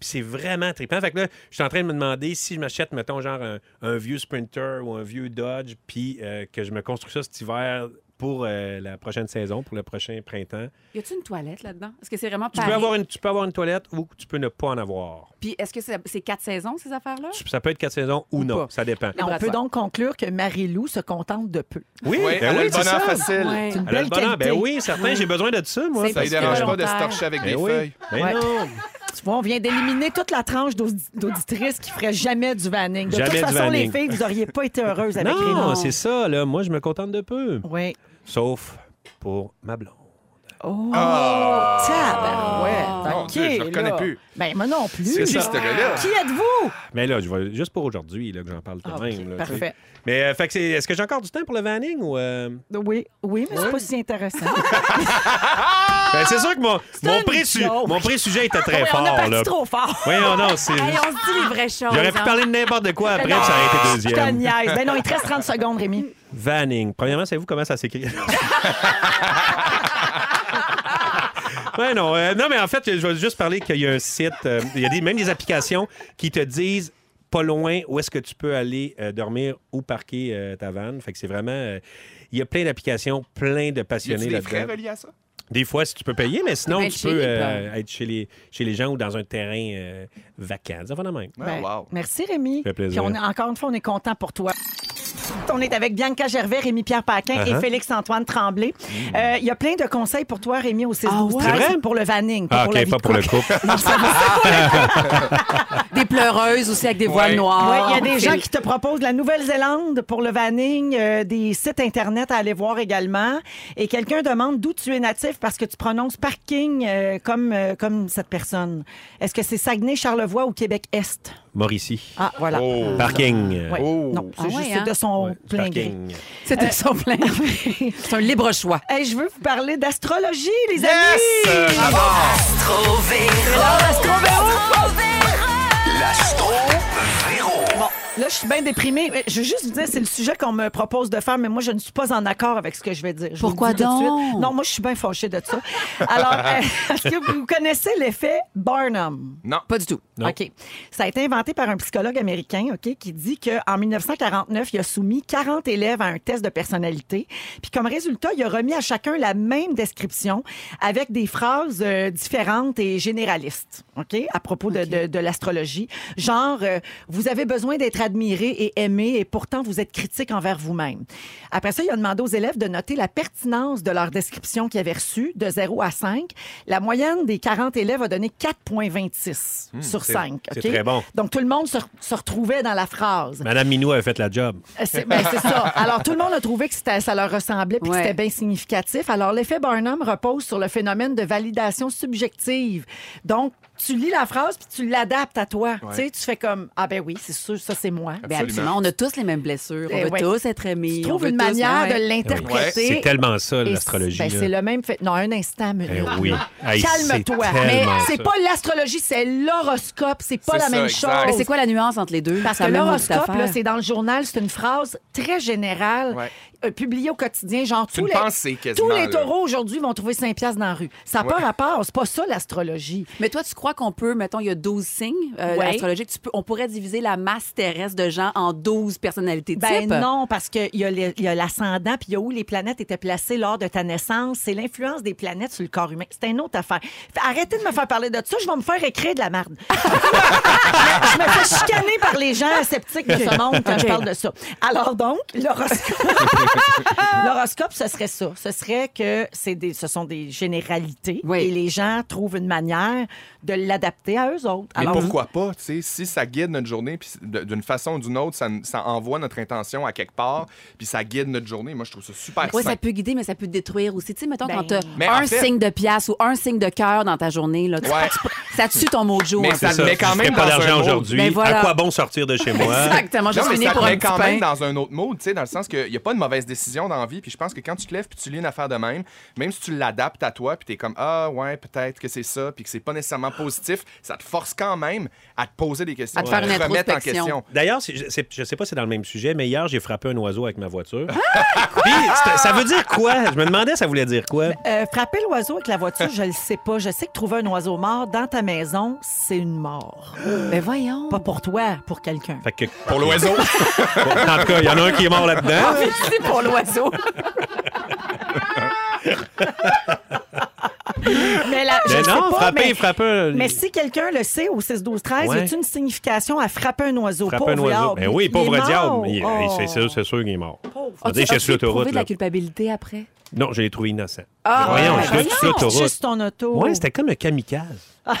D: Puis c'est vraiment trippant. Fait que là, je suis en train de me demander si je m'achète, mettons, genre un, un vieux Sprinter ou un vieux Dodge, puis euh, que je me construis ça cet hiver pour euh, la prochaine saison, pour le prochain printemps.
B: Y a-tu une toilette là-dedans? Est-ce que c'est vraiment
D: Tu
B: pareil?
D: peux, avoir une, tu peux avoir une toilette ou tu peux ne pas en avoir.
B: Puis est-ce que c'est c'est quatre saisons, ces affaires-là?
D: Tu- Ça peut être quatre saisons ou non,
B: pas.
D: ça dépend.
C: On
B: Libre à
C: peut
B: toi.
C: donc conclure que Marie-Lou se contente de peu.
D: Oui,
A: Oui,
D: ben
A: elle a
D: oui,
A: le
D: c'est ça.
A: bonheur facile.
B: Ouais.
C: C'est
D: Elle
C: une
D: a
C: belle
D: le bonheur.
C: qualité.
D: Ben oui, certain, j'ai besoin de ça, moi.
B: C'est
A: Ça ne
B: parce
A: dérange
B: que
A: pas de se
B: volontaire.
A: torcher avec des
D: Ben oui.
A: feuilles.
D: Ben
C: Ouais.
D: non.
C: Tu vois, on vient d'éliminer toute la tranche d'audi- d'auditrices qui ferait jamais du vanning. De
D: Jamais
C: toute
D: du
C: façon, les
D: vanning.
C: filles, vous auriez pas été heureuses avec
D: Non,
C: Rémi.
D: c'est ça, là. Moi, je me contente de peu.
C: Oui.
D: Sauf pour ma blonde.
C: Oh,
A: Ah.
C: tabarouette.
A: Mon
C: OK,
A: Dieu, je le reconnais
C: là.
A: plus.
C: Ben, moi non plus.
A: C'est ça, ce gars-là.
C: Qui êtes-vous?
D: Mais là, je vais juste pour aujourd'hui, là, que j'en parle quand
C: Ah,
D: même.
C: ok,
D: là,
C: parfait.
D: tu sais. Mais euh, fait que c'est- est-ce que j'ai encore du temps pour le vanning ou. euh,
C: Oui, oui, mais c'est pas si intéressant.
D: ben, c'est sûr que mon, mon,
C: une
D: présu-
C: joke.
D: mon présujet
C: [laughs]
D: était très
C: Oui,
D: fort.
C: on a parti
D: là.
C: trop fort.
D: Oui, non, non, c'est.
B: Hey, on se dit les vraies choses.
D: J'aurais pu
B: hein.
D: parler de n'importe de quoi après, puis ça aurait été
C: Je te
D: deuxième.
C: niaise. Ben non, il te reste 30 secondes, Rémi.
D: Vanning. Premièrement, savez-vous comment ça
A: [laughs]
D: s'écrit? Ouais, non, euh, non, mais en fait, je vais juste parler qu'il y a un site, euh, il y a des, même des applications qui te disent pas loin où est-ce que tu peux aller euh, dormir ou parquer euh, ta vanne. Fait que c'est vraiment... euh, il y a plein d'applications, plein de
A: Y a-tu
D: passionnés
A: des frais
D: là-dedans.
A: reliés à ça?
D: Des fois, si tu peux payer, mais sinon,
B: Ben,
D: tu
B: chez
D: peux
B: les
D: euh, être chez les, chez les gens ou dans un terrain euh, vacant. Ça va de même.
A: Ah,
C: Ben,
A: wow.
C: Merci, Rémi.
D: Ça fait plaisir.
C: Puis on est- encore une fois, on est content pour toi. On est avec Bianca Gervais, Rémi-Pierre Paquin et
D: Uh-huh.
C: Félix-Antoine Tremblay.
A: Mm.
C: Euh, Il y a plein de conseils pour toi, Rémi, au 6 12
B: Ah ouais?
C: 13,
D: C'est vrai?
C: pour le vanning, pas
D: Ah,
C: pour la
D: OK,
C: vie
D: pas
C: de
D: pour le
C: couple.
D: couple.
C: [laughs]
B: Des pleureuses aussi avec des voiles
A: Ouais.
C: Ouais,
B: noires.
C: Il y a des
B: C'est-
C: gens qui te proposent la Nouvelle-Zélande pour le vanning, euh, des sites Internet à aller voir également. Et quelqu'un demande d'où tu es natif parce que tu prononces parking euh, comme, euh, comme cette personne. Est-ce que c'est Saguenay, Charlevoix ou Québec-Est?
D: Mauricie.
C: Ah, voilà.
A: Oh.
D: Parking.
C: Ouais.
A: Oh.
C: Non, c'est
B: Ah
C: juste
B: ouais, hein?
C: de son
D: Ouais,
C: plein gré.
D: parking.
B: C'était son plein.
C: [laughs]
B: C'est un libre choix.
C: Hey, je veux vous parler d'astrologie, les
A: Yes!
C: amis!
A: Euh, bravo! Oh,
C: Alors, l'astro-
H: L'astro Véro.
C: Bon, Là, je suis bien déprimée. Mais Je veux juste vous dire, c'est le sujet qu'on me propose de faire, mais moi, je ne suis pas en accord avec ce que je vais dire. Je vous le
B: Pourquoi
C: dis tout de
B: donc?
C: suite. Non, moi, je suis bien fâchée de ça.
B: [laughs]
C: Alors, euh, [laughs] est-ce que vous connaissez l'effet Barnum?
A: Non.
B: Pas du tout.
D: Non.
C: OK. Ça a été inventé par un psychologue américain, OK, qui dit qu'en 1949, il a soumis 40 élèves à un test de personnalité. Puis comme résultat, il a remis à chacun la même description avec des phrases euh, différentes et généralistes, OK, à propos de, de- de l'astrologie. Genre, euh, vous avez besoin d'être admiré et aimé et pourtant vous êtes critique envers vous-même. Après ça, il a demandé aux élèves de noter la pertinence de leur description qu'ils avaient reçue de 0 à 5. La moyenne des 40 élèves a donné 4,26 sur
D: c'est-
C: 5.
D: c'est très bon. Ben.
C: Donc, tout le monde se, se retrouvait dans la phrase.
D: Madame Minou avait fait la job.
C: Euh, C'est ben, c'est
D: [laughs]
C: ça. Alors, tout le monde a trouvé que c'était- ça leur ressemblait puis
B: Ouais.
C: que c'était bien significatif. Alors, l'effet Barnum repose sur le phénomène de validation subjective. Donc, tu lis la phrase puis tu l'adaptes à toi. Tu sais, tu fais comme Ah, ben oui, c'est sûr, ça, c'est moi.
B: Ben
A: Absolument.
B: absolument, on a tous les mêmes blessures. On
C: Eh
B: veut
C: ouais.
B: tous être aimés.
C: Tu
B: on
C: trouves
B: veut
C: une
B: tous- ben
C: manière
B: ouais.
C: de l'interpréter.
D: C'est tellement ça,
C: Et c'est-
D: l'astrologie.
C: ben,
D: là.
C: c'est le même fait. Non, un instant, mais
D: Eh oui. Hey,
C: Calme-toi.
D: c'est
C: Mais
D: tellement
C: c'est
D: ça.
C: pas l'astrologie, c'est l'horoscope. C'est pas
A: C'est
C: la
A: ça,
C: même
A: exact.
C: chose.
B: Mais c'est quoi la nuance entre les deux?
C: Parce
B: Ça
C: que
B: me manque
C: l'horoscope,
B: d'affaires.
C: là, c'est dans le journal, c'est une phrase très générale,
A: Ouais.
C: euh, publiée au quotidien, genre
A: C'est
C: tous
A: une
C: les,
A: pensée, quasiment,
C: tous les
A: là.
C: taureaux aujourd'hui vont trouver 5 piastres dans la rue. Ça n'a pas rapport, c'est pas ça l'astrologie.
B: Mais toi, tu crois qu'on peut, mettons, il y a 12 signes euh,
C: Ouais.
B: astrologiques, tu peux, on pourrait diviser la masse terrestre de gens en 12 personnalités
C: Ben
B: type?
C: non, parce qu'il y a les- il y a l'ascendant, puis il y a où les planètes étaient placées lors de ta naissance. C'est l'influence des planètes sur le corps humain. C'est une autre affaire. Fait- Arrêtez de me faire parler de ça, je vais me faire écrire de la merde. [laughs] je me fais chicaner par les gens sceptiques de ce monde quand je parle de ça. Alors donc, l'horoscope, l'horoscope, ce serait ça. Ce serait que c'est des, ce sont des généralités
B: Oui.
C: et les gens trouvent une manière de l'adapter à eux autres.
A: Mais
C: Alors,
A: pourquoi pas, tu sais, si ça guide notre journée, puis de- d'une façon ou d'une autre, ça, ça envoie notre intention à quelque part, puis ça guide notre journée. Moi, je trouve ça super
B: Oui,
A: sain.
B: ça peut guider, mais ça peut détruire aussi. Tu sais, mettons,
C: Ben-
B: quand t'as
A: Mais
B: un
A: en fait-
B: signe de pièce ou un signe de cœur dans ta journée, là, [laughs] tu-
A: Ouais.
B: tu- ça tue ton mojo.
A: Mais
B: un
A: ça
B: peu.
D: C'est
B: [laughs]
D: ça.
A: met quand
D: Je
A: même
D: ferais pas
A: dans un
D: d'argent
A: mode.
D: aujourd'hui.
B: Ben voilà.
D: À quoi bon sortir de chez moi?
B: Exactement,
A: Non,
B: juste
A: mais
B: fini
A: ça te
B: pour un
A: met
B: petit
A: quand même
B: pain.
A: dans un autre mode, tu sais, dans le sens qu'il n'y a pas de mauvaise décision dans la vie. Puis je pense que quand tu te lèves puis tu lis une affaire de même, même si tu l'adaptes à toi, puis tu es comme Ah, ouais, peut-être que c'est ça, puis que c'est pas nécessairement positif, ça te force quand même à te poser des questions,
B: À te faire une
A: te remettre en
B: introspection.
A: question.
D: D'ailleurs, c'est- je- c'est- je sais pas si c'est dans le même sujet, mais hier, j'ai frappé un oiseau avec ma voiture.
C: Ah!
D: Puis, c'était- ça veut dire quoi? Je me demandais, ça voulait dire quoi?
C: Euh, frapper l'oiseau avec la voiture, je le sais pas. Je sais que trouver un oiseau mort dans ta maison, c'est une mort.
B: Ben voyons.
C: Pas pour toi, pour quelqu'un.
D: Fait que,
A: Pour
B: [laughs]
D: [laughs]
A: l'oiseau.
D: en tout cas, il y en a un qui est mort là-dedans.
B: C'est pour l'oiseau.
D: [laughs]
C: Mais, la- je
D: Mais
C: sais
D: non,
C: pas,
D: frapper,
C: mais-
D: frapper. un-
C: Mais si quelqu'un le sait au 6-12-13,
D: Ouais.
C: y a une signification à frapper un oiseau?
D: Frapper
C: pauvre
D: un oiseau.
C: diable.
D: Mais oui,
C: Il
D: pauvre
C: est
D: diable.
C: mort.
D: Il- il-
C: Oh.
D: C'est sûr, c'est sûr qu'il est mort. On
B: As-tu
D: dit, je suis sur
B: as-tu éprouvé
D: l'autoroute.
B: de la
D: là.
B: culpabilité après?
D: Non, je l'ai trouvé innocent.
B: Ah,
D: voyons,
B: ben
D: je suis sur
B: voyons.
D: l'autoroute.
C: Juste ton auto.
D: Ouais, c'était comme un kamikaze.
B: Ben,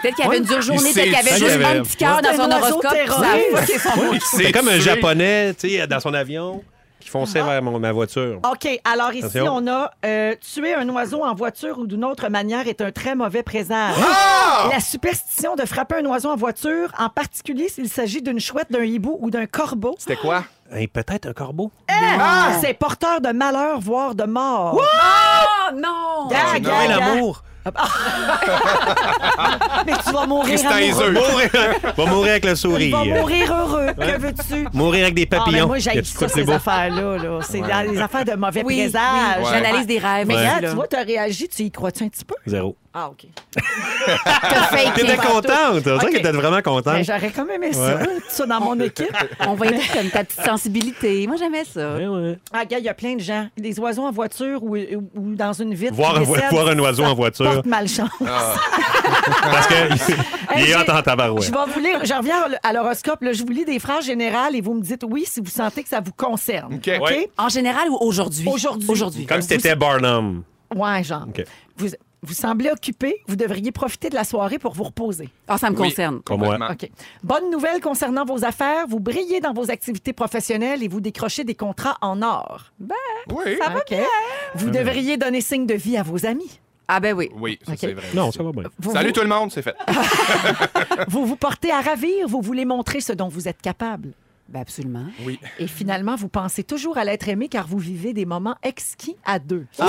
B: peut-être qu'il y avait une dure journée,
A: Il
B: peut-être qu'il y
A: sait,
B: avait
D: il
B: juste
D: savait.
B: un petit cœur dans
C: C'est
B: son
C: un oiseau
B: horoscope. puis ça a
C: terroriste.
D: [laughs]
B: fucké son mood.
D: C'est comme un
A: tué.
D: japonais, tu sais, dans son avion, qui
C: Ah.
D: fonçait vers mon- ma voiture.
C: OK, alors ici,
D: Attention.
C: on a euh, tuer un oiseau en voiture ou d'une autre manière est un très mauvais présage.
D: Ah!
C: La superstition de frapper un oiseau en voiture, en particulier s'il s'agit d'une chouette, d'un hibou ou d'un corbeau,
A: C'était quoi?
D: Hey, Peut-être un corbeau.
C: Ah! c'est porteur de malheur, voire de mort.
B: Oh
D: Ah,
C: Gars,
B: non!
A: Oh, non.
C: gars,
A: Ouais,
C: gars.
D: l'amour.
C: Mais tu vas [laughs] mourir
A: Tristan et
C: amoureux.
A: Zeus.
D: Mourir, [laughs] va mourir avec le
C: Tu vas
D: sourire.
C: mourir heureux. Que veux-tu?
D: Mourir avec des
C: Ah, ben
D: papillons.
C: moi,
D: Y
C: j'ai
D: a-tu de
C: ça,
D: quoi de plus
C: ces
D: beau?
C: affaires-là. là. C'est dans les affaires de mauvais
B: Oui, oui,
C: présage.
B: j'analyse des rêves.
C: Mais
B: aussi,
C: regarde,
B: là.
C: tu vois, t'as réagi, tu y crois-tu un petit peu?
D: Zéro.
C: Ah, OK.
B: T'as
C: Ah,
B: faké.
D: T'étais contente. C'est vrai
C: Ok.
D: que t'étais vraiment
C: Ben,
D: contente.
C: J'aurais quand même aimé ça, ça dans
D: [laughs]
C: mon équipe.
B: On va être comme ta petite sensibilité. Moi, j'aimais ça.
D: Ouais, ouais.
C: Ah, gars, il y a plein de gens. Des oiseaux en voiture ou, ou- ou dans une vitre.
D: Voir
C: qui
D: un-
C: décèdent,
D: voir un Ah, oiseau
C: ça
D: en voiture.
C: Porte malchance.
D: Parce que il
C: [laughs] Hey,
D: est
C: j'ai-
D: hot en tabarouette.
C: Je vais vous lire, je reviens à l'horoscope, là, je vous lis des phrases générales et vous me dites oui si vous sentez que ça vous concerne.
A: OK.
D: Ouais.
B: En général ou aujourd'hui?
C: Aujourd'hui.
B: Aujourd'hui.
D: Comme si t'étais Barnum.
C: Ouais, genre.
D: OK.
C: Vous, vous semblez occupé, vous devriez profiter de la soirée pour vous reposer.
B: Ah, ça me
A: Oui,
B: concerne.
D: Comme moi.
A: complètement.
C: OK. Bonne nouvelle concernant vos affaires, vous brillez dans vos activités professionnelles et vous décrochez des contrats en or.
A: Oui.
C: OK. Vous devriez donner signe de vie à vos amis.
B: Ah ben oui.
A: Oui, ça,
C: OK.
A: c'est vrai.
D: Non,
A: aussi.
D: ça va bien.
C: Vous,
A: Salut
C: vous-
A: tout le monde, c'est fait.
C: vous vous portez à ravir, vous voulez montrer ce dont vous êtes capable.
B: Ben absolument.
A: Oui.
C: Et finalement, vous pensez toujours à l'être
A: Ah,
C: aimé car vous vivez des moments exquis à deux.
D: Là,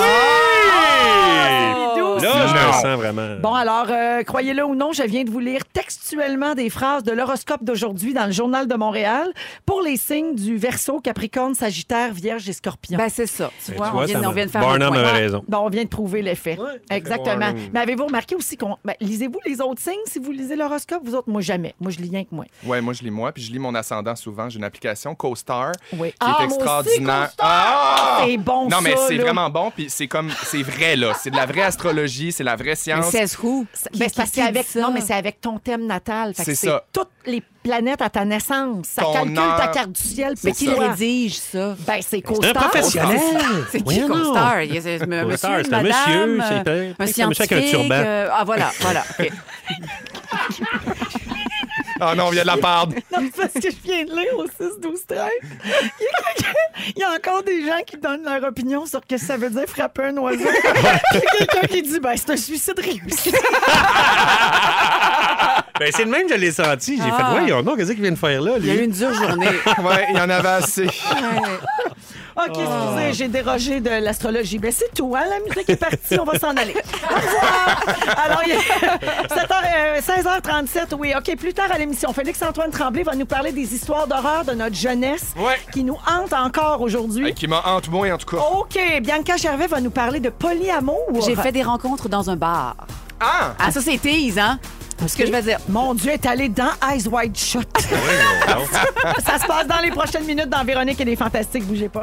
D: je me intéressant, vraiment.
C: Oh!
D: Ben,
C: Bon, alors, euh, croyez-le ou non, je viens de vous lire textuellement des phrases de l'horoscope d'aujourd'hui dans le Journal de Montréal pour les signes du Verseau, Capricorne, Sagittaire, Vierge et Scorpion.
B: Ben, c'est ça. Tu
D: Et
B: vois,
D: tu
B: on,
D: vois, ça
B: vient, on
D: me-
B: vient de faire
D: Barnum
B: le
D: avait
B: point.
D: raison.
C: Bon, on vient de prouver l'effet.
D: Ouais, c'est
C: Exactement.
D: boring.
C: Mais avez-vous remarqué aussi qu'on. ben, lisez-vous les autres signes si vous lisez l'horoscope? Vous autres, moi, jamais. Moi, je lis rien que moi.
A: Ouais, moi je lis moi, puis je lis mon ascendant souvent. J'ai une application CoStar
C: Oui.
A: qui
C: Ah,
A: est
C: moi aussi,
A: extraordinaire.
C: CoStar!
A: Ah!
C: C'est bon,
A: Non, mais
C: ça,
A: c'est
C: là.
A: vraiment bon, puis c'est comme, c'est vrai là, c'est de la vraie astrologie, c'est la vraie
B: Mais
A: science.
B: c'est fou.
C: Ben, c'est parce que c'est avec, non, mais c'est avec ton thème natal. Fait que
A: C'est
C: c'est
A: ça.
C: toutes les planètes à ta naissance. Ça
A: Ton
C: calcule
A: heure.
C: ta carte du ciel.
B: Mais
C: pour
B: qui le
C: toi.
B: rédige, ça?
C: Ben, c'est
D: C'est un
C: constant.
D: professionnel.
B: [laughs] C'est qui
D: Voyons
B: comme
D: donc.
B: star? Il y a- c'est- me-
D: Comme
B: monsieur,
D: star, c'est un
B: madame,
D: monsieur,
B: euh,
D: c'est- c'est
B: un
D: un monsieur avec un
B: scientifique.
D: turban.
B: euh, ah, voilà, voilà. OK.
A: Ah non, il y a de la part.
C: [laughs] [laughs] Non, parce que je viens de lire au 6, 12, 13. Il y, a quelqu'un- il y a encore des gens qui donnent leur opinion sur ce que ça veut dire frapper un oiseau. Il y a quelqu'un qui dit ben, c'est un suicide réussi.
D: Ben, c'est le même, je l'ai senti. J'ai
B: Ah.
D: fait, voyons, non, qu'est-ce qu'il vient de faire là,
B: Il y a eu
D: lui?
B: une dure journée.
A: Ouais, il y en avait assez.
C: OK, excusez, j'ai dérogé de l'astrologie. Ben, c'est tout, hein? La musique est partie, on va s'en aller. Au revoir! Alors, [laughs] il est 7 heures, euh, 16h37, oui. OK, plus tard à l'émission, Félix-Antoine Tremblay va nous parler des histoires d'horreur de notre jeunesse
A: Ouais.
C: qui nous hantent encore aujourd'hui.
A: Hey, qui m'a hante moi en tout cas.
C: OK, Bianca Gervais va nous parler de polyamour.
B: J'ai fait des rencontres dans un bar.
A: Ah!
B: Ah, ça, c'est tease, hein? Ce que je vais dire.
C: Mon Dieu est allé dans Eyes Wide
B: [laughs]
C: Shut. Ah Ça se passe dans les prochaines minutes dans Véronique et les Fantastiques. Bougez pas.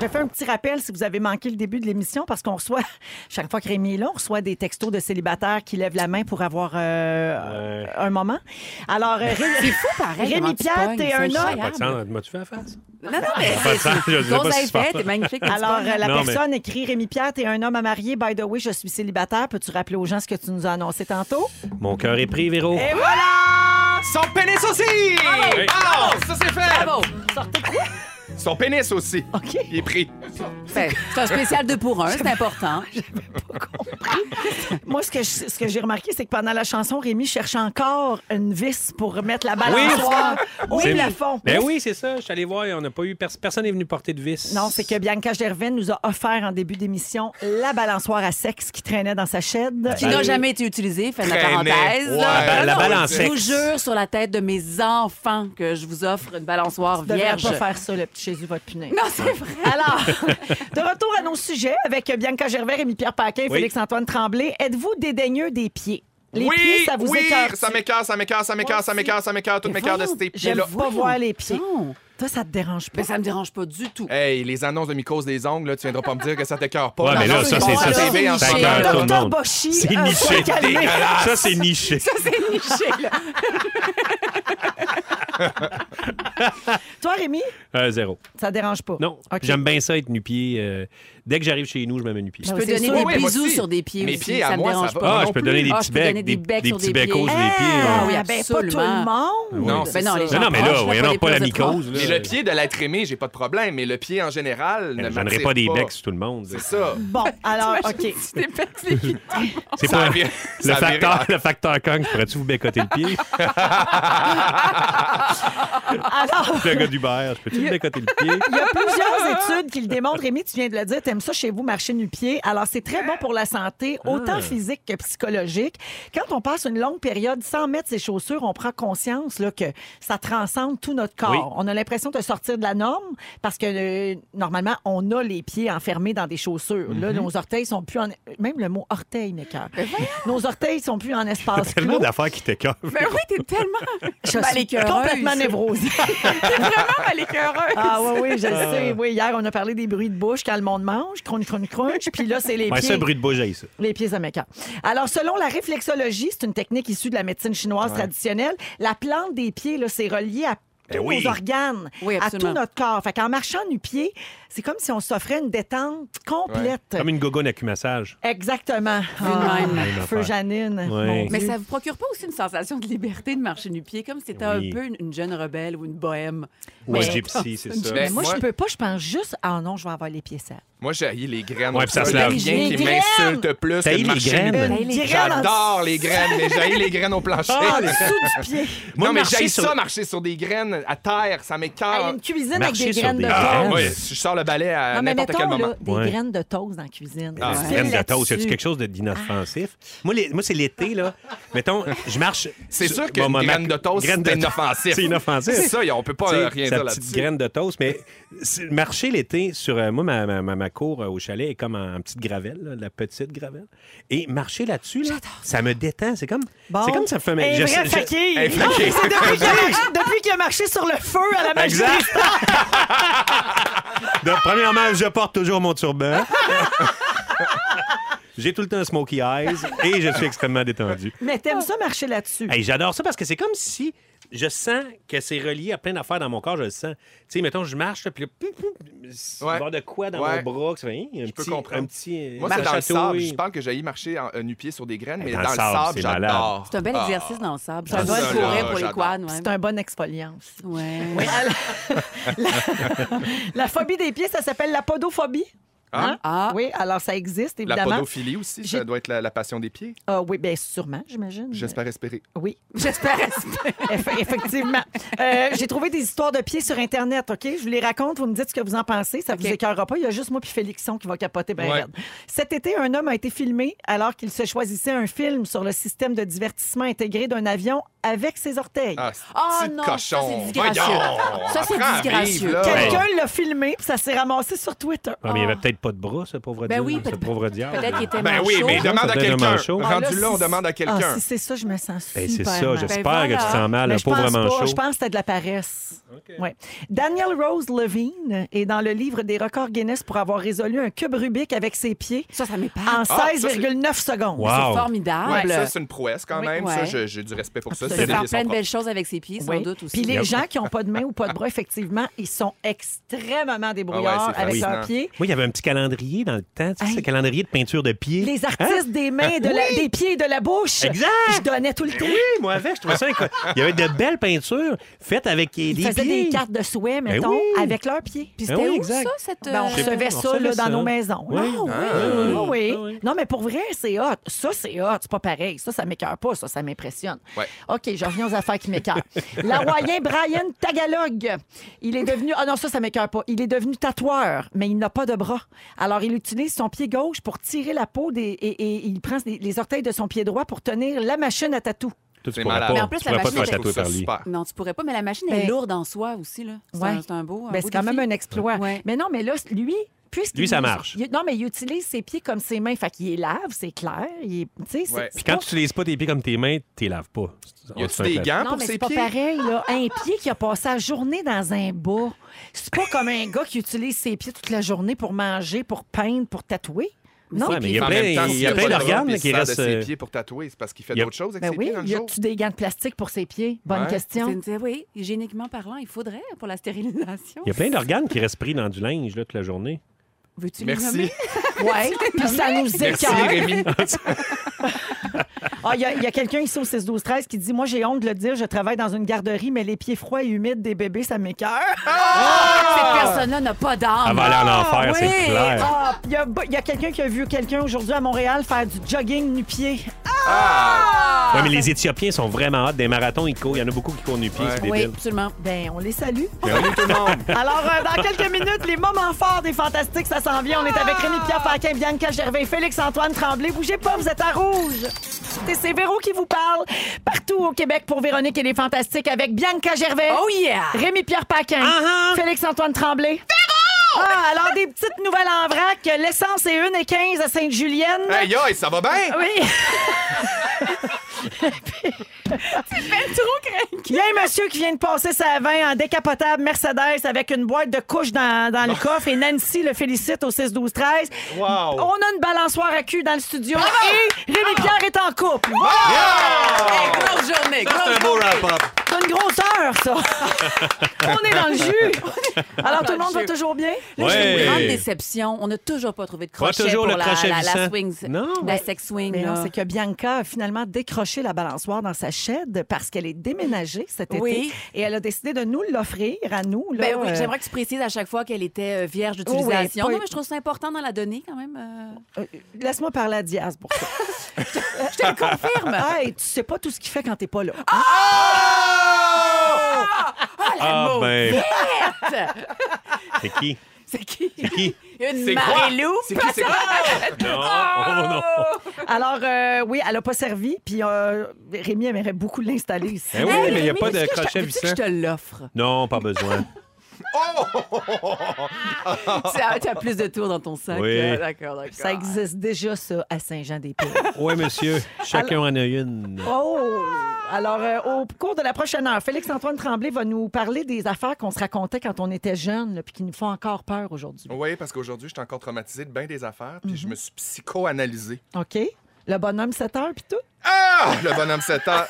C: Je fais un petit rappel si vous avez manqué le début de l'émission parce qu'on reçoit, chaque fois que Rémi est là, on reçoit des textos de célibataires qui lèvent la main pour avoir euh,
D: Ouais.
C: un moment. Alors, euh, Ré-
B: C'est fou, pareil.
C: Rémi
B: comment tu
C: Pierre,
B: pognes,
C: t'es
B: c'est
C: un homme.
D: Ah,
B: incroyable.
D: Attends, m'as-tu fait la face?
B: Ah, Non, non, mais
D: Pas de sens, je sais
B: grosse
D: pas si c'est
B: effet,
D: pas-
B: t'es magnifique.
C: alors, euh, la
D: Non, mais-
C: personne écrit Rémi Pierre, t'es un homme à marier. By the way, je suis célibataire. Peux-tu rappeler aux gens ce que tu nous as annoncé tantôt?
D: Mon cœur est pris, Véro.
B: Eh
C: Et voilà!
A: Son pénis aussi!
D: Hey.
A: Ah, ça c'est fait!
B: Bravo!
A: Son pénis aussi.
C: OK.
A: Il est pris.
B: C'est c'est un spécial 2 pour 1,
C: [laughs]
B: c'est important.
C: Moi, ce que je- ce que j'ai remarqué, c'est que pendant la chanson, Rémi cherche encore une vis pour remettre la balançoire au
D: C'est-
C: plafond.
D: Ben oui, c'est ça. Je suis allé voir et on n'a pas eu. pers- Personne n'est venu porter de vis.
C: Non, c'est que Bianca Gervais nous a offert en début d'émission la balançoire à sexe qui traînait dans sa chaîne.
B: Qui n'a jamais été utilisé, fait la
A: Traîner.
B: parenthèse.
A: Ouais,
B: là.
A: la-
D: la
B: Non, non,
D: balance
B: Je vous
D: sexe.
B: jure sur la tête de mes enfants que je vous offre une balançoire
C: Je devrais
B: vierge.
C: pas faire ça, le petit Jésus va te punir.
B: Non, c'est vrai.
C: Alors, [laughs] de retour à nos sujets avec Bianca Gervais, Rémi-Pierre Paquin, et
D: Oui.
C: Félix-Antoine Tremblay. Êtes-vous dédaigneux des pieds? Les
A: oui,
C: pieds, ça vous
A: oui,
C: écarte.
A: ça m'écarte, ça m'écarte, ça m'écarte, ça m'écarte, ça m'écarte, toutes mes cartes de ces
C: J'aime
A: pieds-là.
C: pas voir les pieds.
B: Non,
C: Toi, ça te dérange pas?
B: [laughs] mais ça me dérange pas du tout.
A: Hey, les annonces de mycose des ongles, là, tu viendras pas me dire que ça t'écœure pas.
D: Ouais, mais
A: Non,
D: là, ça,
A: bon,
D: c'est
A: à
D: ça.
A: la
D: c'est-
A: TV en
D: ça
A: ce moment.
D: écoeure tout le
C: Docteur
D: monde.
C: Bochy,
D: C'est
C: euh,
D: niché.
C: sois calmé.
A: dégueulasse.
D: Ça, c'est niché.
B: Ça, [laughs] c'est niché,
C: Ah,
B: là.
C: Toi, Rémi,
D: Euh, zéro.
C: ça te dérange pas?
D: Non.
C: OK.
D: J'aime bien ça être nu-pied. euh, dès que j'arrive chez nous, je me mets nu-pied.
C: Non,
B: Je peux
C: c'est
B: donner
C: sûr.
B: des
A: Ouais, moi
B: bisous
A: aussi.
B: sur des pieds
A: Mes
B: aussi,
A: pieds,
B: ça me
A: à moi, ça
B: dérange
A: va.
B: pas.
D: Ah, je
A: non
D: peux
A: plus.
D: donner des
B: Ah,
D: petits
B: je peux donner
D: becs,
B: des
D: des,
B: becs
D: des
B: sur des
D: petits becos
B: pieds.
D: sur les pieds. Ah
C: Ah,
D: ouais.
B: oui,
C: ben, pas tout le
B: absolument.
C: monde.
A: Non,
B: Ben
A: c'est
B: non,
A: ça.
B: les gens
D: Non, non, mais
B: proches,
D: là,
B: pas
D: voyons,
B: les
D: non, pas la
B: pires de proches. [laughs]
D: mycose.
A: Mais
D: là.
A: le pied de l'être aimé, j'ai pas de problème, mais le pied en général ne
D: Ben, Je donnerai
A: m'attire
D: pas des becs sur tout le monde.
A: C'est ça.
C: Bon, alors, OK.
D: [laughs] C'est
A: Ça
D: pas
A: vire-
D: le
A: ça
D: facteur,
A: vire-
D: le facteur Kang. Pourrais-tu vous bécoter le pied?
C: Alors,
D: [laughs] le gars d'Uber, je peux-tu vous bécoter le pied?
C: il y a plusieurs études qui le démontrent. Rémi, tu viens de le dire, t'aimes ça chez vous, marcher nu-pied. Alors, c'est très bon pour la santé,
D: Ah.
C: autant physique que psychologique. Quand on passe une longue période sans mettre ses chaussures, on prend conscience là, que ça transcende tout notre corps.
D: Oui.
C: On a l'impression de sortir de la norme parce que euh, normalement, on a les pieds enfermés dans des chaussures.
D: Mm-hmm.
C: Là, nos orteils sont plus en... Même le mot orteil m'écoeure.
B: Ben,
C: Nos orteils sont plus en espace
D: Tellement
C: clos.
D: d'affaires qui t'écœurent.
B: Mais oui, t'es tellement
C: Je suis
B: malécœureuse.
C: complètement névrosée.
B: [laughs] T'es vraiment malécœureuse.
C: Ah oui, oui, je le sais. Oui, hier, on a parlé des bruits de bouche quand le monde mange, crunch, crunch, crunch. Puis là, c'est les
D: Ouais,
C: pieds.
D: ça, bruit de bouger, ça.
C: Les pieds américains. Alors, selon la réflexologie, c'est une technique issue de la médecine chinoise traditionnelle, la plante des pieds, là, c'est relié à tous
D: Ben oui.
C: nos organes,
B: Oui,
C: à tout
B: absolument.
C: notre corps. Fait qu'en marchant nu-pied, c'est comme si on s'offrait une détente complète.
D: Comme une gogone à cul-massage.
C: Exactement. Ah.
B: de même.
D: Même
C: feu
D: affaire.
C: Janine.
D: Ouais.
C: mon
B: Mais
C: Dieu.
B: ça vous procure pas aussi une sensation de liberté de marcher du pied, comme si t'étais
D: Oui.
B: un peu une, une jeune rebelle ou une bohème.
D: Ou un
C: Mais-
D: gypsy, c'est ça.
C: Mais moi,
A: Moi-
C: je peux pas. Je pense juste, ah non, je vais avoir les pieds sales.
A: Moi, j'ai haï les graines.
D: Ouais, puis ça
A: Il y
D: se
A: a
D: lave.
A: rien
C: Les
A: qui
C: graines!
A: m'insulte plus
D: T'as
A: que
D: eu
A: de
D: les
A: marcher
D: graines?
A: nu.
C: Hey, les graines en
A: Ben, J'adore les graines, mais j'ai les graines au plancher.
D: Ah, les-
C: dessous du pied.
D: Moi,
A: non, mais
D: marcher
A: j'ai
D: sur-
A: ça, marcher sur des graines à terre,
C: Elle Ah,
A: ça
C: a
A: m'écœure.
C: une cuisine avec
D: Ah, Marcher
C: des
D: sur
C: graines
D: des
C: de
D: graines.
A: Ah,
C: toast.
A: moi, je sors le balai à
C: Non, mais
A: n'importe
C: mettons,
A: quel moment.
C: là, des
D: Ouais.
C: graines de toast dans la cuisine.
D: Ah, des
C: Tu files
D: graines de
C: là-dessus.
D: toast, c'est quelque chose de- d'inoffensif. Ah. Moi, les- moi, c'est l'été, là. Mettons, je marche.
A: C'est
D: sur-
A: sûr que
D: Bon, ma- ma-
A: graine de toast,
D: graine de
A: c'est
D: toast. [laughs]
A: inoffensif.
D: C'est inoffensif.
A: C'est ça, on peut pas euh,
D: T'sais,
A: rien
D: sa
A: dire
D: petite
A: là-dessus.
D: graine de toast. Mais c'est- marcher l'été sur. euh, moi, ma, ma, ma- ma cour euh, au chalet est comme en, en petite gravelle, là, la petite gravelle. Et marcher là-dessus, là, ça me détend. C'est comme,
C: Bon.
D: c'est comme ça fait.
C: Un
D: je-
C: vrai
D: je-
C: fakir.
A: Hey, Frankie.
C: C'est [laughs] depuis qu'il a marché- depuis qu'il a marché sur le feu à la magie.
D: Exact. Donc, premièrement, je porte toujours mon turban. [laughs] J'ai tout le temps smoky eyes et je suis extrêmement détendu.
C: Mais t'aimes ça marcher là-dessus.
D: Hey, J'adore ça parce que c'est comme si je sens que c'est relié à plein d'affaires dans mon corps, je le sens. Tu sais, mettons, je marche, là, puis là, pip, pip, il va y avoir de quoi dans
A: Ouais.
D: mon bras. que ça fait, hein, un
A: Je peux
D: petit,
A: comprendre.
D: Un petit, euh,
A: Moi, c'est dans le sable.
D: chatouille.
A: Je parle que j'ai marcher en, euh, nu-pied sur des graines, mais dans,
D: dans le
A: le
D: sable,
A: sable,
D: c'est malade.
A: j'adore.
B: C'est un bel
A: Ah.
B: exercice dans le sable.
A: Ça
B: Ça doit
A: doit
B: être
A: là,
B: pour les
A: j'adore.
B: quads, ouais.
C: C'est un bon exfoliant aussi.
B: Ouais.
C: La phobie des pieds, ça s'appelle la podophobie.
A: Hein?
B: Ah,
C: Oui, alors ça existe,
A: La
C: évidemment.
A: podophilie aussi,
C: J'ai-
A: ça doit être la, la passion des pieds.
C: Ah oui, bien sûrement, j'imagine.
A: J'espère espérer.
C: Oui,
B: [laughs] j'espère.
C: eff- effectivement. Euh, J'ai trouvé des histoires de pieds sur Internet, OK? Je vous les raconte, vous me dites ce que vous en pensez. Ça vous
B: OK.
C: écœurera pas. Il y a juste moi puis Félixon qui va capoter ben
A: Ouais.
C: raide. Cet été, un homme a été filmé alors qu'il se choisissait un film sur le système de divertissement intégré d'un avion avec ses orteils.
A: Ah,
B: Ah
A: petit
B: non, ça, c'est
A: cochon.
B: disgracieux.
A: Voyons,
B: Ça, c'est
A: apprends à
B: disgracieux.
A: vivre, là.
C: Quelqu'un l'a filmé, puis ça s'est ramassé sur Twitter.
D: Ah, mais il n'y avait peut-être pas de bras, ce pauvre
B: Ben
D: diable,
B: oui,
D: ce
B: peut-être-
D: pauvre diable.
B: Peut-être qu'il était
A: Ben oui,
B: manchot.
A: mais demande
D: Ça
A: à
D: donne un
A: quelqu'un.
D: manchot.
C: Ah, là,
A: Rendu là, on
C: si-
A: demande à
C: Ah,
A: quelqu'un.
C: si c'est ça, je me sens super
D: Ben, c'est ça,
C: mal.
D: j'espère
B: Ben
D: que tu te sens mal,
C: Mais
D: le
C: je pense
D: pauvre
C: pas.
D: manchot.
C: Je pense que c'était de la paresse. Ouais. Daniel Rose Levine est dans le livre des records Guinness pour avoir résolu un cube Rubik avec ses pieds
B: Ça, ça
C: en
A: Ah,
B: m'épate.
C: 16,9 secondes.
D: Wow.
B: C'est
A: Ouais,
B: formidable.
A: Ça, c'est une prouesse quand même.
B: Ouais.
A: Ça, je- j'ai du respect pour ça.
C: Absolument.
B: de
A: C'est des
B: faire
A: Eh pieds
B: plein de
A: sans
B: belles choses avec ses pieds, sans
C: Oui.
B: doute aussi.
C: Puis les
D: Yep.
C: gens qui n'ont pas de main ou pas de bras, effectivement, ils sont extrêmement débrouillards
A: Ah ouais, c'est
C: avec
A: fascinant.
C: leurs pieds.
D: Moi, il y avait un petit calendrier dans le temps, tu sais,
C: Hey.
D: ce calendrier de peinture de pied.
C: Les artistes des mains, et de la- des pieds et de la bouche,
D: Exact.
C: je donnais tout le temps.
D: Oui, moi avec, je trouvais ça incroyable. Il y avait de belles peintures faites avec des
C: Ils faisaient
D: pieds.
C: des cartes de souhait, mettons,
D: oui.
C: avec leurs pieds.
B: Puis
D: Ben
B: c'était
D: oui,
B: où,
D: exact.
B: ça, cette...
C: Ben, on
B: euh,
C: recevait
D: on
C: ça
D: recevait
C: là, dans
D: ça.
C: nos maisons.
D: Oui.
C: Ah,
D: Ah,
C: oui.
D: oui.
C: Ah, oui.
D: Ah, oui.
C: Non, mais pour vrai, c'est hot. Ça, c'est hot. C'est pas pareil. Ça, ça m'écœure pas. Ça, ça m'impressionne.
A: Ouais.
C: OK, je reviens aux affaires qui [laughs] m'écœurent. L'Hawaïen Brian Tagalog, il est devenu... Ah non, ça, ça m'écœure pas. Il est devenu tatoueur, mais il n'a pas de bras. Alors, il utilise son pied gauche pour tirer la peau des... et, et il prend les, les orteils de son pied droit pour tenir la machine à tatou.
D: Toi, tu
A: C'est
D: pourrais
A: malade.
B: Mais
D: pas,
B: en plus,
D: tu
B: la
D: pourrais pas te
B: machine
D: faire
A: Je
D: tatouer
A: trouve ça
D: par lui.
A: super.
B: Non, tu pourrais pas, mais la machine est
C: Ben-
B: lourde en soi aussi. là. C'est
C: Ouais.
B: un- c'est un beau un
C: Ben,
B: beau
C: c'est quand
B: défi.
C: même un exploit.
B: Ouais.
C: Mais non, mais là, lui. puisqu'il
D: Lui, ça
C: use-
D: marche.
C: il- non, mais il utilise ses pieds comme ses mains. Fait qu'il les lave, c'est clair. Il, est- tu sais, c'est-
A: Ouais.
C: c'est
D: Puis quand
C: pas-
D: tu utilises pas tes pieds comme tes mains, tu laves pas.
A: Y
D: On se
A: a-tu
D: fait
A: des
D: un
A: gants
C: Non,
A: pour
C: mais
A: ses
C: c'est pas
A: pieds?
C: pareil, là. Un pied qui a passé la journée dans un bas. C'est pas comme un gars qui utilise ses pieds toute la journée pour manger, pour peindre, pour tatouer. Non,
D: Ouais, mais il y a
A: En
D: plein,
A: même temps,
D: il
A: s'il
D: y a
A: pas
D: plein
A: de bras,
D: d'organes
A: puis
D: là,
A: il
D: qui
A: se sert de
D: restent.
A: ses
D: euh,
A: pieds pour tatouer, c'est parce qu'il fait
D: il y a-
A: d'autres choses avec
C: Ben
A: ses
C: oui,
A: pieds dans le
C: y
A: jour.
C: a-tu des gants de plastique pour ses pieds? Bonne
A: Ouais.
C: question.
B: C'est- Oui, hygiéniquement parlant, il faudrait pour la stérilisation.
D: Il y a plein d'organes qui restent pris dans du linge là, toute la journée.
B: Veux-tu les nommer?
A: Merci. [laughs]
C: Ouais, puis ça nous
A: Merci,
C: écœure.
A: Rémi.
C: [laughs] Ah, Il y a, il y a quelqu'un ici au 6 12 13 qui dit Moi, j'ai honte de le dire, je travaille dans une garderie, mais les pieds froids et humides des bébés, ça m'écœure.
A: Ah!
B: Cette personne-là n'a pas d'âme.
D: Elle va aller en
B: ah,
D: enfer,
C: oui.
D: c'est clair.
C: Ah, Il y a, il y a quelqu'un qui a vu quelqu'un aujourd'hui à Montréal faire du jogging nu-pied.
B: Ah.
D: Ouais, mais les Éthiopiens sont vraiment hâte. Des marathons, ils courent. Il y en a beaucoup qui courent nu pied,
A: Ouais.
D: c'est
B: Oui,
D: débile.
B: absolument.
C: Ben, on les salue.
A: Salut tout le monde.
C: [laughs] Alors, euh, dans quelques minutes, les moments forts des Fantastiques, ça s'en vient. On est avec Rémi Pierre Paquin, Bianca Gervais, Félix-Antoine Tremblay. Bougez pas, vous êtes à rouge. C'est- C'est Véro qui vous parle partout au Québec pour Véronique et les Fantastiques avec Bianca Gervais.
B: Oh yeah!
C: Rémi Pierre Paquin, Félix-Antoine Tremblay. Ah, alors, des petites nouvelles en vrac. L'essence est 1 et 15 à Sainte-Julienne.
A: Hey, yo, ça va bien?
C: Oui. Il y a un monsieur qui vient de passer sa 20 en décapotable Mercedes avec une boîte de couches dans, dans le coffre et Nancy le félicite au 6-12-13.
A: Wow.
C: On a une balançoire à cul dans le studio et Rémi Pierre est en couple.
A: Yeah!
D: Oh!
B: Hey, grosse journée!
A: Ça,
B: grosse
A: c'est un beau wrap-up.
C: C'est une grosse heure, ça. On est dans le jus. Alors, tout le monde va toujours bien?
B: Là, j'ai
D: Ouais.
B: une grande déception. On n'a toujours pas trouvé de
D: Pas
B: crochet
D: toujours
B: pour
D: le
B: la,
D: crochet
B: la, la
D: vissant.
B: swing,
D: Non.
B: la
C: Ben,
B: sex swing.
C: Mais non,
B: là.
C: c'est que Bianca a finalement décroché la balançoire dans sa shed parce qu'elle est déménagée cet été
B: Oui.
C: et elle a décidé de nous l'offrir à nous. là.
B: Ben oui,
C: Euh,
B: j'aimerais que tu précises à chaque fois qu'elle était euh, vierge
C: Oh
B: d'utilisation.
C: oui, pas-
B: non, mais je trouve ça important dans la donnée quand même. euh.
C: euh, Laisse-moi parler à Diaz pour
B: [laughs]
C: ça.
B: Je
D: [laughs]
B: te le confirme.
C: [laughs] Hey, tu sais pas tout ce qu'il fait quand t'es pas là.
A: Oh!
D: Ah, ben. C'est qui?
B: C'est qui?
D: C'est qui?
B: Une
A: C'est quoi?
B: Marie-Lou?
A: C'est qui? C'est quoi?
D: Non, oh, non.
C: Alors, euh, oui, elle a pas servi, puis euh, Rémi aimerait beaucoup l'installer ici.
D: Eh oui, mais
B: Hey,
D: il n'y a
B: Rémi,
D: pas de
B: est-ce que je te-
D: crochet
B: veux-tu que
D: vissant.
B: je te l'offre.
D: Non, pas
B: [laughs]
D: besoin.
B: tu, as, tu as plus de tours dans ton sac.
D: Ah. Oui.
B: Euh, D'accord, d'accord.
C: Ça existe déjà, ça, à Saint-Jean-des-Pieds.
B: [laughs]
D: Oui, monsieur. Chacun en a une.
C: Oh! Alors, euh, au cours de la prochaine heure, Félix-Antoine Tremblay va nous parler des affaires qu'on se racontait quand on était jeunes, là, puis qui nous font encore peur aujourd'hui.
A: Oui, parce qu'aujourd'hui, je suis encore traumatisé de bien des affaires, puis je
D: Mhm.
A: me suis psychoanalysé.
B: Oh.
C: OK? Le bonhomme 7 heures, puis tout.
A: Ah! Le bonhomme 7 ans.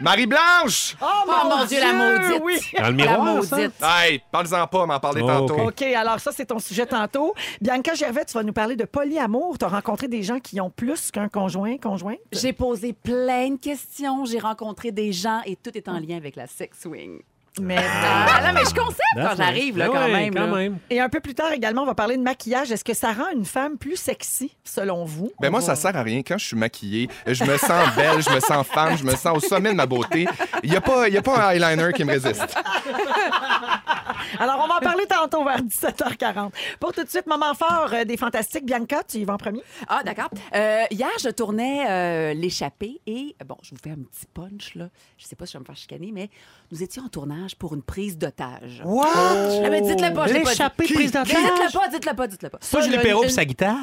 A: Marie-Blanche!
C: Oh,
B: Oh mon Dieu, la maudite.
C: oui.
D: Dans le
B: La
D: miroir, ça? Ah.
B: maudite.
A: Hey, parle-en pas, m'en parler
D: Oh,
A: tantôt.
D: ok.
C: OK, alors ça, c'est ton sujet tantôt. Bianca Gervais, tu vas nous parler de polyamour. Tu as rencontré des gens qui ont plus qu'un conjoint, conjointe.
B: J'ai posé plein de questions, j'ai rencontré des gens et tout est en lien avec la sex swing.
C: Mais,
B: Ah, là, mais je concepte quand j'arrive, là,
D: Ah
B: quand
D: ouais,
B: même.
D: Quand
B: là.
D: même.
C: Et un peu plus tard également, on va parler de maquillage. Est-ce que ça rend une femme plus sexy, selon vous?
A: Ben moi, ça sert à rien. Quand je suis maquillée, je me sens belle, je me sens femme, je me sens au sommet de ma beauté. Il n'y a, pas- il y a pas un eyeliner qui me résiste.
C: Alors, on va en parler tantôt vers 17h40. Pour tout de suite, moment fort euh, des fantastiques. Bianca, tu y vas en premier?
B: Ah, d'accord. Euh, hier, je tournais euh, l'échappée et, bon, je vous fais un petit punch, là. Je sais pas si je vais me faire chicaner, mais nous étions en tournage pour une prise d'otage.
C: Wow!
B: Ah, mais dites-le pas, je l'ai pas dit.
D: L'échappée prise
B: Mais Dites-le pas, dites-le pas, dites-le pas. Euh,
D: Ça, Julie Perrault pour sa guitare.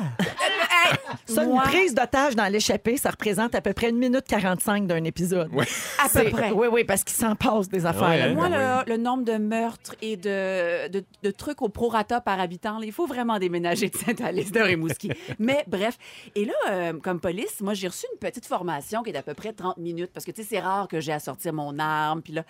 C: Ça, une
B: Moi,
C: prise d'otage dans l'échappée, ça représente à peu près 1 minute 45 d'un épisode.
A: Oui.
B: à peu
C: C'est-
B: près.
C: Oui, oui, parce qu'il s'en passe des affaires.
D: Ouais,
C: là.
D: hein?
B: Moi, le, le nombre de meurtres et de, de, de trucs au prorata par habitant, là, il faut vraiment déménager de Sainte-Alice de Rimouski. [laughs] Mais bref. Et là, euh, comme police, moi, j'ai reçu une petite formation qui est d'à peu près 30 minutes parce que, tu sais, c'est rare que j'ai à sortir mon arme. Puis là...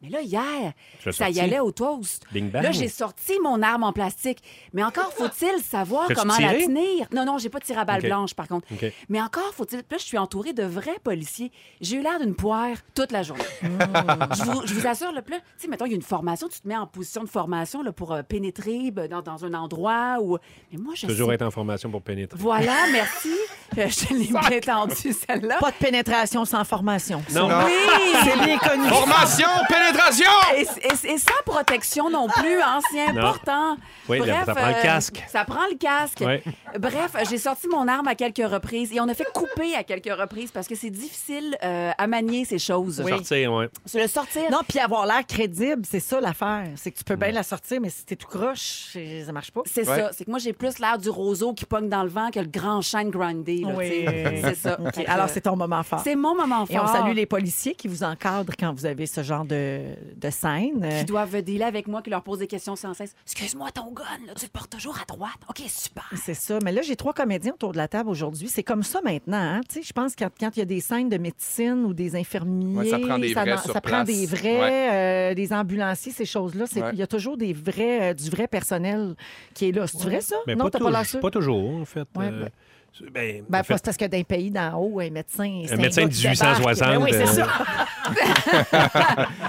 B: Mais là, hier,
D: Tu l'as
B: ça y
D: sorti?
B: allait au toast.
D: Bing bang.
B: Là, j'ai sorti mon arme en plastique. Mais [gasps] encore faut-il savoir
D: T'as-tu
B: comment la
D: tiré?
B: tenir. Non, non, j'ai pas tiré à balle
D: OK.
B: blanche, par contre.
D: OK.
B: Mais encore faut-il. Là, je suis entourée de vrais policiers. J'ai eu l'air d'une poire toute la journée. je, vous, je vous assure, le plat. Tu sais, mettons, il y a une formation, tu te mets en position de formation là, pour euh, pénétrer ben, dans, dans un endroit où. Mais moi, je.
D: Toujours
B: sais-
D: être en formation pour pénétrer.
B: Voilà, merci. Euh, je l'ai bien tendue, celle-là.
C: Pas de pénétration sans formation.
D: Non.
A: Non.
B: Oui!
C: C'est bien connu.
A: Formation, pénétration!
B: Et, et- et sans protection non plus, hein, c'est
D: Non.
B: important. euh,
D: Oui, là, ça prend le casque.
B: Ça prend le casque.
D: Ouais.
B: Bref, j'ai sorti mon arme à quelques reprises et on a fait couper à quelques reprises parce que c'est difficile euh, à manier ces choses.
D: Sortir, ouais.
B: Se le sortir.
C: Non, puis avoir l'air crédible, c'est ça l'affaire. C'est que tu peux bien la sortir, mais si t'es tout croche, c'est- ça marche pas.
B: Mm. C'est
A: Ouais.
B: ça. C'est que moi, j'ai plus l'air du roseau qui pogne dans le vent que le grand chêne grindé. là,
C: Oui.
B: tu sais. C'est ça.
C: OK,
B: Fait que,
C: Alors, c'est ton moment fort.
B: c'est mon moment
C: Et
B: fort.
C: on salue les policiers qui vous encadrent quand vous avez ce genre de, de scène. Euh,
B: qui doivent dealer avec moi, qui leur posent des questions sans cesse. Excuse-moi, ton gun, là, tu le portes toujours à droite. OK, super.
C: C'est ça. Mais là, j'ai trois comédiens autour de la table aujourd'hui. C'est comme ça maintenant. hein. Tu sais, Je pense que quand- quand il y a des scènes de médecine ou des infirmiers,
A: Ouais, ça prend des vrais sur
C: ça prend
A: place.
C: des vrais, euh, des ambulanciers, ces choses-là. c'est- Il
A: Ouais.
C: y a toujours des vrais, euh, du vrai personnel qui est là. C'est vrai, ça?
D: Mais
C: non,
D: pas,
C: t'as
D: tou-
C: pas l'air sûr?
D: pas toujours, en fait.
C: Ouais,
D: Euh,
C: ben-
D: c'est- ben,
C: Ben,
D: en fait,
C: pas- c'est parce que d'un pays d'en haut, un médecin. c'est
D: un médecin
C: gars
D: de
C: qui débarque.
D: 1860.
C: Ben oui, c'est
D: euh,
C: ça.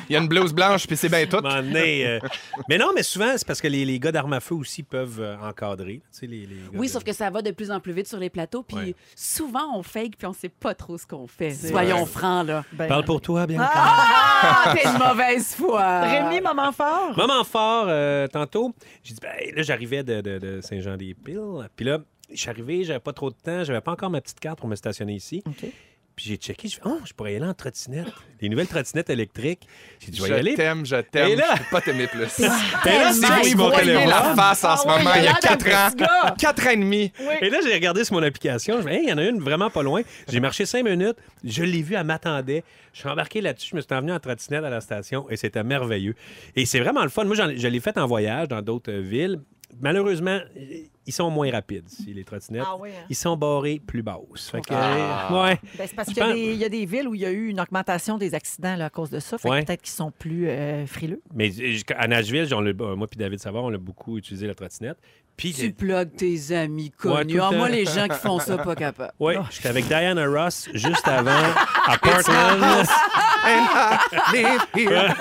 A: Il y a une blouse blanche, puis c'est bien tout.
D: m'en est, euh,
C: [laughs]
D: mais non, mais souvent, c'est parce que les, les gars d'armes à feu aussi peuvent euh, encadrer. tu sais, Les, les gars
B: Oui,
D: de-
B: sauf que ça va de plus en plus vite sur les plateaux. Puis
D: Ouais.
B: souvent, on fake, puis on sait pas trop ce qu'on fait. Soyons francs, là.
C: Ben,
D: Parle pour toi, bien.
B: Ah, [laughs] t'es une mauvaise foi.
C: Rémi, moment fort.
D: Moment fort, euh, tantôt, j'ai dit, ben, là, j'arrivais de, de- de Saint-Jean-des-Piles. Puis là, je suis arrivé, j'avais pas trop de temps, j'avais pas encore ma petite carte pour me stationner ici. Puis j'ai checké, je oh, je pourrais y aller en trottinette. Les nouvelles trottinettes électriques. J'ai dit, je vais y
A: Je
D: aller.
A: t'aime, je
D: Et
A: t'aime.
D: là-
A: Je peux pas t'aimer plus.
D: Mais là, c'est
A: Vous
D: moi, ils vont
A: voyez
D: aller
A: la
D: voir.
A: face en ce moment, il y a 4 ans. 4 ans et demi.
D: Et là, j'ai regardé sur mon application. Je me dis, Hey, il y en a une vraiment pas loin. J'ai marché cinq minutes. Je l'ai vue, elle m'attendait. Je suis embarqué là-dessus. Je me suis envenu en trottinette à la station et c'était merveilleux. Et c'est vraiment le fun. Moi, j'en- je l'ai fait en voyage dans d'autres euh, villes. malheureusement, ils sont moins rapides, si les trottinettes.
C: Ah oui, hein?
D: Ils sont barrés plus basses. Fait que,
A: Ah.
D: ouais.
C: Ben, c'est parce
D: Je
C: qu'il y, a
D: pense-
C: des- il y a des villes où il y a eu une augmentation des accidents là, à cause de ça. Fait que
D: Ouais.
C: peut-être qu'ils sont plus euh, frileux.
D: Mais euh, à Nashville, j'en l'ai- euh, moi puis David Savard, on a beaucoup utilisé la trottinette. Puis
B: Tu plugues tes amis
D: tout
B: connus.
D: le
B: Ah, moi,
D: temps.
B: les gens qui font ça, pas capable.
D: Oui, j'étais avec Diana Ross juste avant à Portland.
A: And I live here.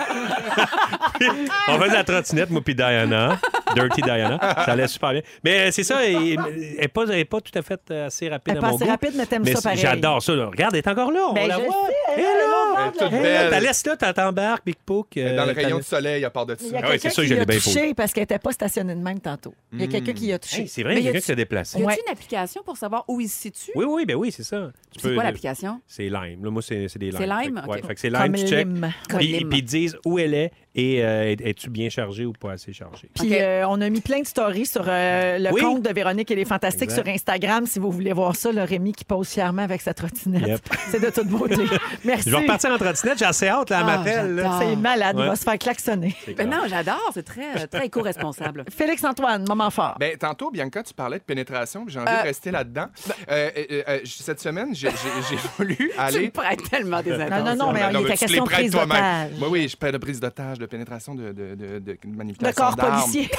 D: On faisait la trottinette, moi puis Diana. Dirty Diana. Ça allait super bien. Mais euh, c'est ça, elle n'est pas, elle est pas tout à fait euh, assez rapide
C: Elle est
D: à
C: Ben, pas
D: mon
C: assez
D: goût.
C: rapide, mais t'aimes
D: Mais
C: ça
D: c'est-
C: pareil.
D: J'adore ça. là. Regarde, elle est encore là. On
C: Ben,
D: la
C: je
D: voit.
C: sais,
D: Elle est là.
A: Elle est toute
D: Elle est là. T'as
A: belle.
D: laisse là, t'as- t'embarques, Big Pook. euh,
A: Dans le
D: t'as-
A: rayon de soleil à part de
C: Il y
A: ça.
C: a
D: Ah oui, c'est
C: quelqu'un
D: sûr que
C: qui
D: je
C: l'a
D: l'ai bien
C: touché parce qu'elle n'était pas stationnée de même tantôt. Il y a
A: Mm.
C: quelqu'un qui l'a touché.
D: Hey, c'est vrai,
B: Mais
D: il y
B: y
D: a
B: a
D: quelqu'un qui s'est déplacé.
B: Y a-t-il
C: Ouais.
B: une application pour savoir où il se situe?
D: Oui, oui, ben oui, c'est ça. Tu
B: C'est
D: peux-
B: quoi l'application?
D: C'est Lime. Là, moi, c'est c'est des limes.
B: C'est Lime?
D: Fait que- ouais,
B: Ok.
D: fait que c'est
C: Comme
D: Lime, tu check.
C: Lime.
B: Comme
D: Puis
B: Lime.
D: puis ils disent où elle est et euh, es-tu bien chargé ou pas assez chargé.
C: Puis
B: Ok.
C: euh, on a mis plein de stories sur euh, le
D: Oui.
C: compte de Véronique et les Fantastiques
D: Exact.
C: sur Instagram. Si vous voulez voir ça, le Rémi qui pose fièrement avec sa trottinette.
D: Yep.
C: [laughs] C'est de toute beauté. Merci.
D: [laughs] Je vais repartir en trottinette, j'ai assez hâte, là, elle
B: Ah,
D: m'appelle. là.
B: j'adore.
C: C'est malade,
D: Ouais.
C: il va se faire klaxonner.
B: Ben non, j'adore. C'est très, euh, très
A: [laughs]
B: éco-responsable.
C: Félix-Antoine, moment fort.
A: Ben, tantôt, Bianca, tu parlais de pénétration, puis j'ai envie de rester là-dedans. Euh, euh, euh, j- cette semaine, j'ai j'ai- j'ai voulu
B: Tu me
A: aller.
B: prêtes tellement des
C: non,
B: attentions.
C: non, mais il
A: tu
C: était
A: te les
C: question de
A: prêtes
C: prise
A: toi-même.
C: d'otage.
A: Oui, oui, je parle de prise d'otage, de pénétration, de, de, de, de
C: Le
A: manipulation.
C: corps
A: d'armes.
C: policier.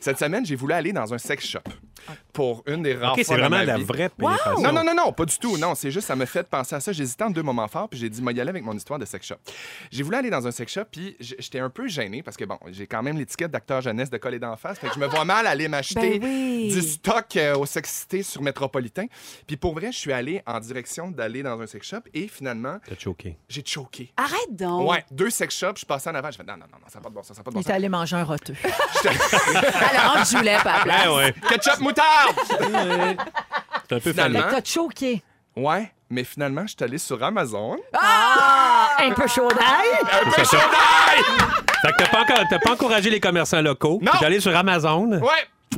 A: Cette semaine, j'ai voulu aller dans un sex shop pour une des rares
D: OK, c'est
A: fois dans
D: vraiment
A: ma
D: la
A: vie.
D: vraie
B: Oh.
D: pénétration.
A: Non, non, non, non, pas du tout. Non, c'est juste, ça me fait penser à ça. J'hésitais en deux moments forts, puis j'ai dit, moi, y aller avec mon histoire de sex shop. J'ai voulu aller dans un sex shop, puis j- j'étais un peu gêné parce que, bon, j'ai quand même l'étiquette d'acteur jeunesse de coller d'en face. Fait que je me vois mal aller m'acheter
B: Ben oui.
A: du stock euh, au sexité sur Métropolitain. Puis pour vrai, je suis allé en direction d'aller dans un sex shop et finalement,
D: T'as choqué.
A: j'ai choqué.
B: Arrête donc.
A: Ouais, deux sex shops, je passais en avant, je fais non, non, non, non, ça n'a pas de bon sens, ça n'a pas de bon
C: Il est
A: sens.
C: allé manger un roteux.
D: Hein?
B: Alors, on jouait pas à la
A: [laughs]
B: place.
A: Ben
D: Ah ouais.
A: Ketchup moutarde!
D: C'est un peu
A: Finalement.
D: fallait.
C: T'as choqué.
A: ouais, mais finalement, je suis allé sur Amazon.
C: Un peu chaud d'ail.
D: C'est ça. Fait que t'as pas, encore- t'as pas encouragé les commerçants locaux.
A: Non.
D: T'es allé sur Amazon.
A: Ouais!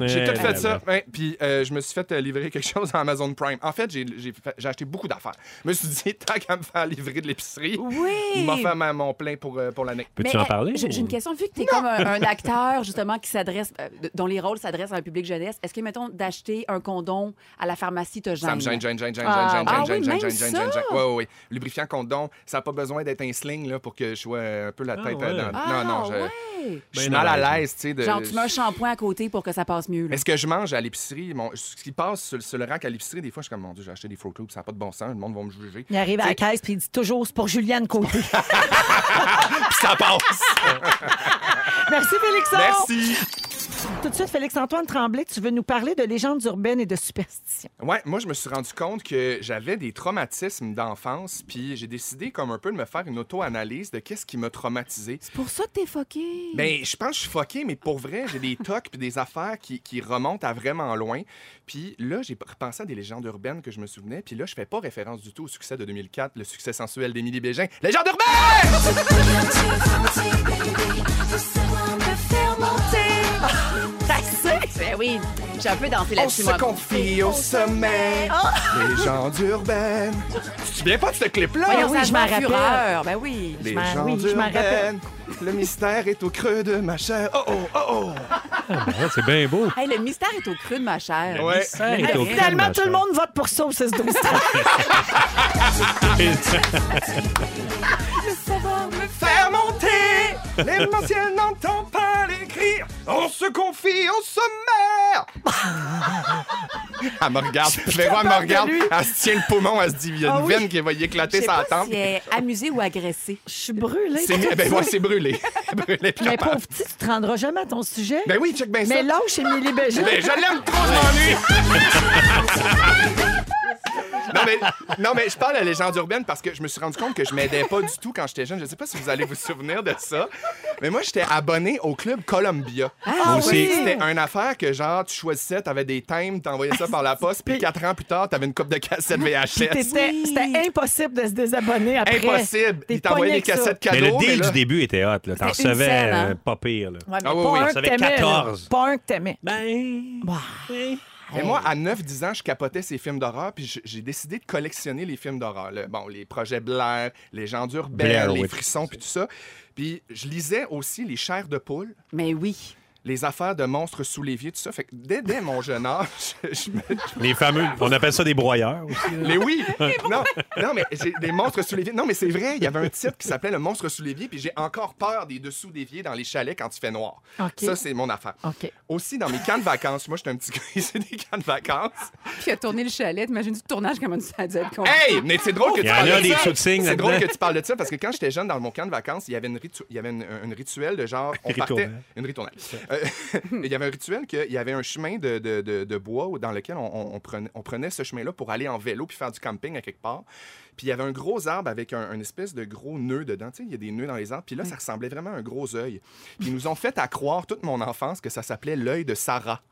A: J'ai
D: Ouais,
A: tout fait
D: là,
A: ça.
D: là.
A: Ouais, Puis euh, je me suis fait euh, livrer quelque chose à Amazon Prime. En fait, j'ai j'ai fait- j'ai acheté beaucoup d'affaires. Je me suis dit, tant qu'à me faire livrer de l'épicerie, il
B: Oui.
A: m'a fait ma- mon plein pour, euh, pour l'année.
D: Peux-tu
B: Mais,
D: en parler?
B: euh, J'ai j'ai une question. Vu que tu es comme
A: [laughs]
B: un, un acteur, justement, qui s'adresse, euh, de- dont les rôles s'adressent à un public jeunesse, est-ce que, mettons, d'acheter un condom à la pharmacie te gêne?
A: Ça me gêne, gêne, gêne, gêne, gêne,
C: Ah.
A: gêne,
B: Ah
A: gêne,
B: oui,
A: gêne,
B: même
A: gêne, gêne,
B: ça?
A: gêne, gêne. Ouais, ouais, ouais. Lubrifiant condom, ça n'a pas besoin d'être un sling là, pour que je sois euh, un peu la
D: Ah,
A: tête euh,
D: ouais.
A: dans.
B: Ah,
A: non, non, je,
B: ouais.
A: je suis
D: Ben
A: mal à
D: malaise.
A: l'aise, tu sais. de-
B: Genre, tu mets un shampoing à côté pour que ça passe mieux. là.
A: Mais ce que je mange à l'épicerie, mon- ce qui passe sur, sur le rack à l'épicerie, des fois, je suis comme, mon Dieu, j'ai acheté des Fruit Loops, ça n'a pas de bon sens, le monde va me juger.
C: Il arrive à la caisse puis il dit toujours c'est pour
D: [laughs]
C: Juliane Côté.
A: Puis ça passe!
C: [laughs] Merci Félix.
A: Merci!
C: Tout de suite Félix Antoine Tremblay, tu veux nous parler de légendes urbaines et de superstitions.
A: Ouais, moi, je me suis rendu compte que j'avais des traumatismes d'enfance, puis j'ai décidé, comme un peu, de me faire une auto-analyse de qu'est-ce qui m'a traumatisé.
B: C'est pour ça que t'es foqué.
A: Ben, je pense que je suis fucké, mais pour vrai, j'ai des tocs puis des affaires qui, qui remontent à vraiment loin. Puis là, j'ai repensé à des légendes urbaines que je me souvenais. Puis là, je fais pas référence du tout au succès de 2004, le succès sensuel d'Émilie Bégin. Légende urbaine!
B: Ben oui, j'ai un peu dansé
A: On
B: là-dessus, moi.
A: se confie au sommet. Légende urbaine. Tu te souviens pas de ce clip-là?
B: Voyons,
C: oui,
B: ça
C: je
B: je
C: m'en
B: m'en
C: rappelle.
B: fureur. Ben oui.
A: Les
C: m'en-
A: gens
C: oui, je m'en rappelle.
A: Le mystère est au creux de ma chair. Oh oh oh
D: Ouais, Ah, c'est bien beau.
B: Hey, le mystère est au creux de ma chair.
A: oh. Ouais.
D: Ça est au
C: Finalement,
D: crime,
C: tout le
D: ma
C: monde vote pour ça au 16 12
A: Ah,
D: chère.
A: Faire monter. L'émotionnel n'entend pas l'écrire. On se confie au sommaire. elle me regarde. Véro, elle me regarde. Elle se tient le poumon. Elle se dit, il y a une veine qui va y
B: Je
A: éclater
B: sais
A: sa
B: pas
A: tempe.
B: si elle est amusée ou agressée.
C: [laughs] Je suis brûlée.
A: C'est mi- ben ouais, c'est brûlé. [laughs] brûlé puis
C: Mais
A: capable.
C: pauvre petit, tu te rendras jamais à ton sujet.
A: Ben oui, check bien ça.
C: Mais lâche
A: [laughs]
C: Émilie Bégin.
A: Ben, je l'aime trop, je m'ennuie. [laughs] Non mais, non, mais je parle à légende urbaine parce que je me suis rendu compte que je m'aidais pas du tout quand j'étais jeune. Je sais pas si vous allez vous souvenir de ça. Mais moi, j'étais abonné au club Columbia.
C: Ah,
D: Moi aussi.
A: C'était une affaire que, genre, tu choisissais, t'avais des thèmes, t'envoyais ça
C: Ah,
A: par la poste, puis quatre ans plus tard, t'avais une coupe de cassettes VHS.
C: C'était c'était impossible de se désabonner après.
A: Impossible.
C: T'es
A: Ils t'envoyaient
C: pogné
A: des
C: que ça.
A: cassettes
D: Mais le
A: cadeaux.
D: deal
A: là-
D: du début était hot. là. T'en
B: C'était une
D: recevais
B: scène, hein?
D: euh, pas pire. là.
C: Ouais, mais
A: Ah oui,
C: pas
A: oui,
C: un
A: oui.
C: que
D: J'en avais
C: t'aimais, là.
D: 14.
C: Pas un que t'aimais.
D: Ben.
C: Bah.
A: Mais moi, à 9-10 ans, je capotais ces films d'horreur, puis je- j'ai décidé de collectionner les films d'horreur. là. Bon, les projets Blair, les gens urbaines,
D: Blair
A: les
D: Witch.
A: frissons, puis tout ça. Puis je lisais aussi Les chairs de poule.
B: Mais oui.
A: les affaires de monstres sous l'évier, tout ça. Fait que dès, dès mon jeune âge, [laughs] je, je
C: [laughs]
A: me-
D: Les fameux, on appelle ça des broyeurs aussi.
A: Mais oui! non, non, mais j'ai des monstres sous l'évier. Non, mais c'est vrai, il y avait un titre qui s'appelait Le monstre sous l'évier, puis j'ai encore peur des dessous d'évier dans les chalets quand il fait noir.
C: OK.
A: Ça, c'est mon affaire.
C: OK.
A: Aussi, dans mes camps de vacances, moi, j'étais un petit gars, [laughs] j'ai des camps de vacances.
B: Puis a tourné le chalet. T'imagines du tournage, comment ça a dû être con.
A: Hey! Mais c'est drôle que tu
D: Il y en
A: parles
D: a
A: de
D: des
A: ça.
D: sous-signes
A: C'est
D: là-dedans.
A: drôle que tu parles de ça parce que quand j'étais jeune dans mon camp de vacances, il y avait une ritu- il y avait une- un rituel de genre on partait
D: Ritournelle.
A: une ritournelle. Euh, [laughs] il y avait un rituel qu'il y avait un chemin de, de- de- de bois où- dans lequel on, on- on prenait, on prenait ce chemin-là pour aller en vélo puis faire du camping à quelque part. Puis il y avait un gros arbre avec un, une espèce de gros nœud dedans. Tu sais, il y a des nœuds dans les arbres. Puis là, ça ressemblait vraiment à un gros œil. Puis ils nous ont fait à croire toute mon enfance que ça s'appelait l'œil de Sarah.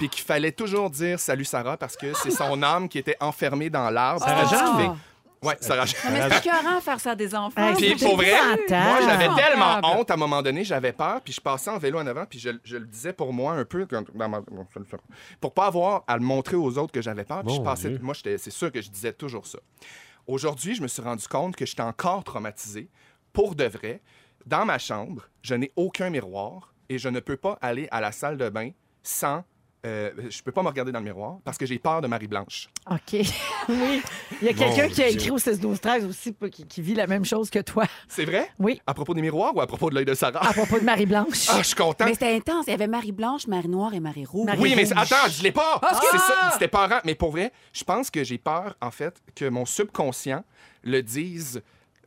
A: Puis qu'il fallait toujours dire salut Sarah parce que c'est son âme qui était enfermée dans l'arbre.
C: Ah,
D: Sarah
A: Puis
B: Jeanne?
A: qui fait- Ouais, Sarah Jeanne.
B: Non, mais c'est écœurant faire ça à des enfants.
C: Hey,
A: Puis
C: c'est
A: pour vrai,
C: épouvantable.
A: moi j'avais
B: Ah.
A: tellement
B: Épouvantable.
A: honte à un moment donné, j'avais peur, puis je passais en vélo en avant, puis je, je le disais pour moi un peu, comme dans ma- bon, ça le fait. pour pas avoir à le montrer aux autres que j'avais peur, puis je
D: Mon
A: passais,
D: Dieu.
A: moi j'étais- c'est sûr que je disais toujours ça. Aujourd'hui, je me suis rendu compte que j'étais encore traumatisé, pour de vrai. Dans ma chambre, je n'ai aucun miroir et je ne peux pas aller à la salle de bain sans. euh, je peux pas me regarder dans le miroir parce que j'ai peur de Marie-Blanche.
C: OK. [laughs] oui. Il y a quelqu'un qui a
D: Dieu.
C: écrit au 16-12-13 aussi pour- qui, qui vit la même chose que toi [laughs]
A: C'est vrai?
C: Oui.
A: À propos des miroirs ou à propos de l'œil de Sarah?
C: à propos de Marie-Blanche.
A: Ah, je suis content.
B: Mais c'était intense. Il y avait Marie Blanche, Marie Noire et Marie Rouge.
C: Marie-
A: Oui, mais
C: rouge.
A: attends, je l'ai pas.
D: Ah!
A: c'est
B: excuse-
A: ça, c'était pas Mais pour vrai, je pense que j'ai peur, en fait, que mon subconscient le dise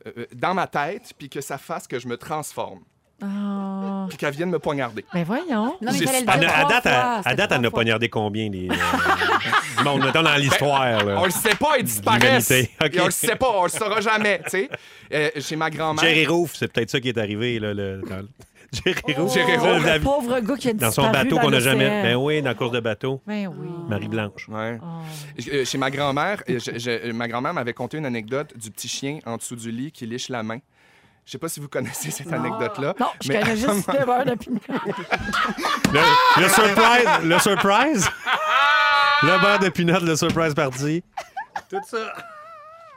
A: euh, dans ma tête, puis que ça fasse que je me transforme,
C: Ah.
A: puis qu'elle vienne me poignarder.
C: Mais voyons.
B: Non, mais il
A: J'ai-
B: fallait le
D: À,
B: dire
D: à
B: trois
D: date,
B: fois,
D: à- à
B: c'était
D: date, elle n'a
B: trois fois.
D: poignardé combien les. euh, du monde, mettons dans l'histoire. là.
A: On le sait pas, ils disparaissent.
D: L'humanité, ok.
A: Et on le sait pas, on le saura jamais, tu sais. Euh, chez ma grand-mère.
D: Jerry Roof, c'est peut-être ça qui est arrivé. Là, le, dans le- [laughs] Jerry
C: Oh,
D: Roof,
A: Jerry
D: dans
A: Roof.
D: la-
C: Le pauvre gars qui a
D: dans
C: disparu
D: son bateau
C: dans
D: qu'on n'a
C: l'océan.
D: jamais. Ben oui, dans la course de bateau.
C: Ben oui.
D: Marie-Blanche.
A: Ouais.
C: Ah.
A: Je- euh, Chez ma grand-mère, euh, je- je- ma grand-mère m'avait conté une anecdote du petit chien en dessous du lit qui liche la main. Je sais pas si vous connaissez cette anecdote-là.
C: Non, je
A: mais-
C: connais
A: [laughs]
C: juste Steve depuis. Ah!
D: Le, le surprise, le surprise. [laughs] Le beurre de peanut, le surprise party. Tout ça.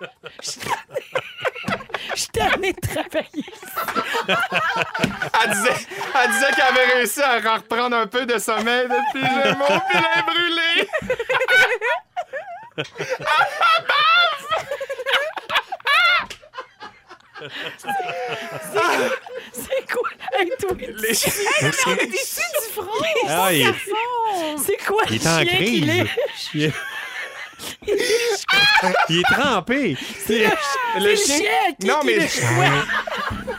C: [laughs] Je t'ai amené de travailler.
A: Elle disait, elle disait qu'elle avait réussi à en reprendre un peu de sommeil depuis le mot pilin brûlé.
C: C'est quoi? Hey, toi,
D: Ah, il,
C: c'est quoi
D: il
C: le
D: est en
C: chien
D: crise.
C: qu'il est?
D: Il est, [laughs] Il est trempé.
A: Le
C: chien à qui
A: Non,
C: qui
A: mais
C: le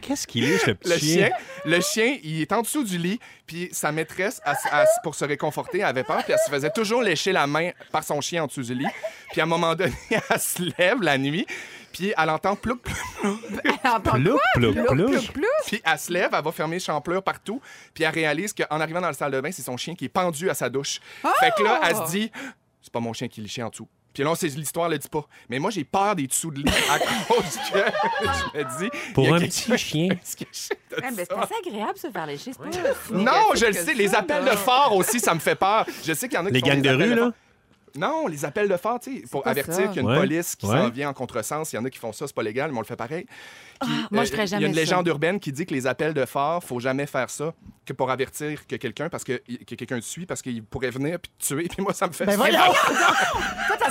D: Qu'est-ce qu'il est, ce petit
A: le
D: chien?
A: chien, le chien, il est en dessous du lit, puis sa maîtresse, elle s- elle s- pour se réconforter, elle avait peur, puis elle se faisait toujours lécher la main par son chien en dessous du lit. Puis à un moment donné, [laughs] elle se lève la nuit, puis elle entend plouc, plouc,
B: Ah, bon,
D: Plouc, plouc, plouc.
B: plus.
A: puis elle se lève, elle va fermer champleur partout, puis elle réalise qu'en arrivant dans la salle de bain, c'est son chien qui est pendu à sa douche. Fait que là, elle se dit, c'est pas mon chien qui le chien en dessous. Puis là, c'est- l'histoire le dit pas. Mais moi, j'ai peur des dessous de lit à [laughs] cause que je me dis. il y
D: Pour
A: a
D: un
A: quelqu'un
D: petit chien.
A: qui se cachait de
B: Ah, ben, c'est
A: ça.
B: assez agréable de se faire lécher. c'est pas aussi
A: Non,
B: négatif
A: je le
B: que
A: sais,
B: ça,
A: les appels de
B: là.
A: phare aussi, ça me fait peur. Je sais qu'il y en a qui
D: Les
A: font
D: gangs
A: des
D: de
A: appels
D: rue, là?
A: phare. Non, les appels de phare, tu sais, pour
B: pas ça.
A: avertir qu'il y a une
D: Ouais.
A: police qui
D: Ouais.
A: s'en vient en contresens. Il y en a qui font ça, c'est pas légal, mais on le fait pareil. Puis,
B: Ah, moi, je ferais
A: Il y a
B: jamais
A: une
B: ça.
A: légende urbaine qui dit que les appels de phare, faut jamais faire ça que pour avertir que quelqu'un parce que, que quelqu'un te suit, parce qu'il pourrait venir puis te tuer. [laughs] Puis moi, ça me fait
C: Ben
A: chier.
C: voyons!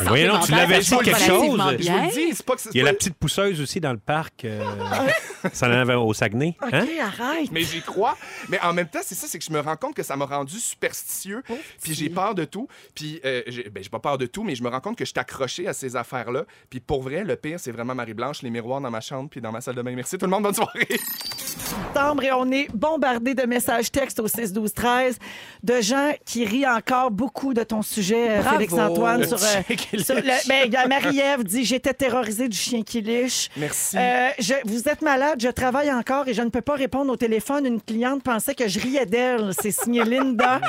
D: Voyons,
B: santé
D: tu
B: mentale,
D: l'avais
B: ça
D: dit
B: se porte
D: quelque chose.
B: relativement
A: Je vous
B: Bien.
A: le dis, c'est pas que c'est
D: Il y a
A: pas-
D: la petite pousseuse aussi dans le parc. euh, ça en avait au Saguenay. Hein?
C: OK, arrête.
A: mais j'y crois. Mais en même temps, c'est ça, c'est que je me rends compte que ça m'a rendu superstitieux. Puis j'ai peur de tout. Puis euh, j'ai ben, j'ai pas peur de tout, mais je me rends compte que je suis accroché à ces affaires-là. Puis pour vrai, le pire, c'est vraiment Marie-Blanche, les miroirs dans ma chambre, puis dans ma salle de bain. Merci tout le monde, bonne soirée.
C: septembre et on est bombardé de messages textes au 6 12 13 de gens qui rient encore beaucoup de ton sujet euh,
B: Bravo.
C: Félix Antoine
B: Le
C: sur, euh, sur le- ben, la Marie-Ève dit j'étais terrorisée du chien qui liche.
A: Merci.
C: Euh, je- vous êtes malade, je travaille encore et je ne peux pas répondre au téléphone. Une cliente pensait que je riais d'elle. C'est signé
B: [laughs]
C: Linda.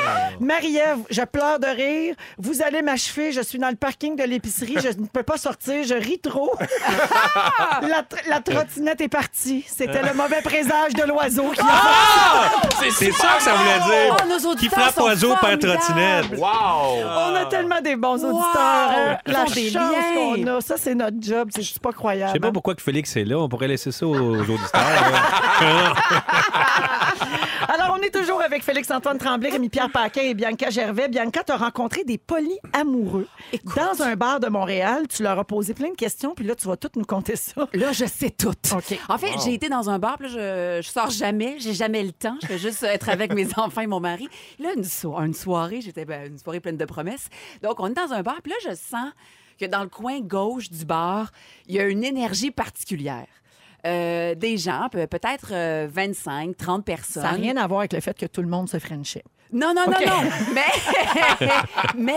C: Marie-Ève, je pleure de rire. Vous allez m'achever. Je suis dans le parking de l'épicerie. Je ne peux pas
B: [laughs] Euh.
C: sortir. Je ris trop. la, tr- la trottinette est partie. C'était le mauvais présage.
F: visage de l'oiseau qui
B: Ah!
D: C'est ça que ça voulait dire.
B: Oh, nos auditeurs
D: qui frappe
B: sont
D: oiseau par
B: formidables.
D: trottinette.
A: Wow!
F: On a tellement des bons
B: Wow!
F: auditeurs. hein.
B: Ils
F: La
B: font des
F: chance
B: liens.
F: qu'on a, ça, c'est notre job. C'est juste pas croyable.
D: Je sais pas
F: hein.
D: pourquoi que Félix est là. On pourrait laisser ça aux auditeurs.
F: Alors, on est toujours avec Félix-Antoine Tremblay, Rémi-Pierre Paquin et Bianca Gervais. Bianca, tu as rencontré des polyamoureux
B: Écoute.
F: dans un bar de Montréal. Tu leur as posé plein de questions, puis là, tu vas toutes nous conter ça.
B: [laughs] Là, je sais tout.
F: OK.
B: En fait, j'ai été dans un bar, puis là, je, je sors jamais, j'ai jamais le temps. Je vais juste être avec mes enfants et mon mari. Là, une, so- une soirée, j'étais ben, une soirée pleine de promesses. Donc, on est dans un bar, puis là, je sens que dans le coin gauche du bar, il y a une énergie particulière. Euh, des gens, peu- peut-être euh, 25, 30 personnes.
F: Ça n'a rien à voir avec le fait que tout le monde se friendship.
B: Non, non,
F: OK.
B: non,
F: [laughs]
B: non. Mais, [laughs] mais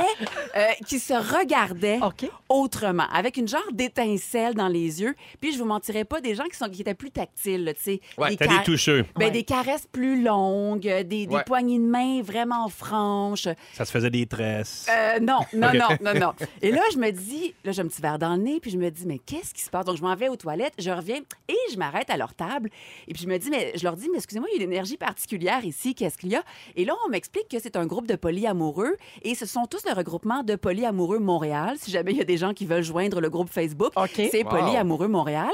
B: euh, qui se regardaient
F: OK.
B: autrement, avec une genre d'étincelle dans les yeux. Puis je vous mentirais pas, des gens qui, sont, qui étaient plus tactiles, là, tu sais.
A: Ouais,
B: des
D: T'as
B: car-
D: des toucheux.
B: ben,
F: Ouais.
B: Des caresses plus longues, euh, des, des
A: Ouais.
B: poignées de main vraiment franches.
D: Ça se faisait des tresses.
B: Euh, non, non,
D: OK.
B: non, non, non. Et là, je me dis, là, j'ai un petit verre dans le nez, puis je me dis, mais qu'est-ce qui se passe? Donc, je m'en vais aux toilettes, je reviens et je m'arrête à leur table. Et puis, je me dis, mais je leur dis, mais excusez-moi, il y a une énergie particulière ici, qu'est-ce qu'il y a? Et là, on m'explique que c'est un groupe de polyamoureux et ce sont tous le regroupement de polyamoureux Montréal. Si jamais il y a des gens qui veulent joindre le groupe Facebook,
F: OK.
B: c'est
A: Wow.
B: polyamoureux Montréal.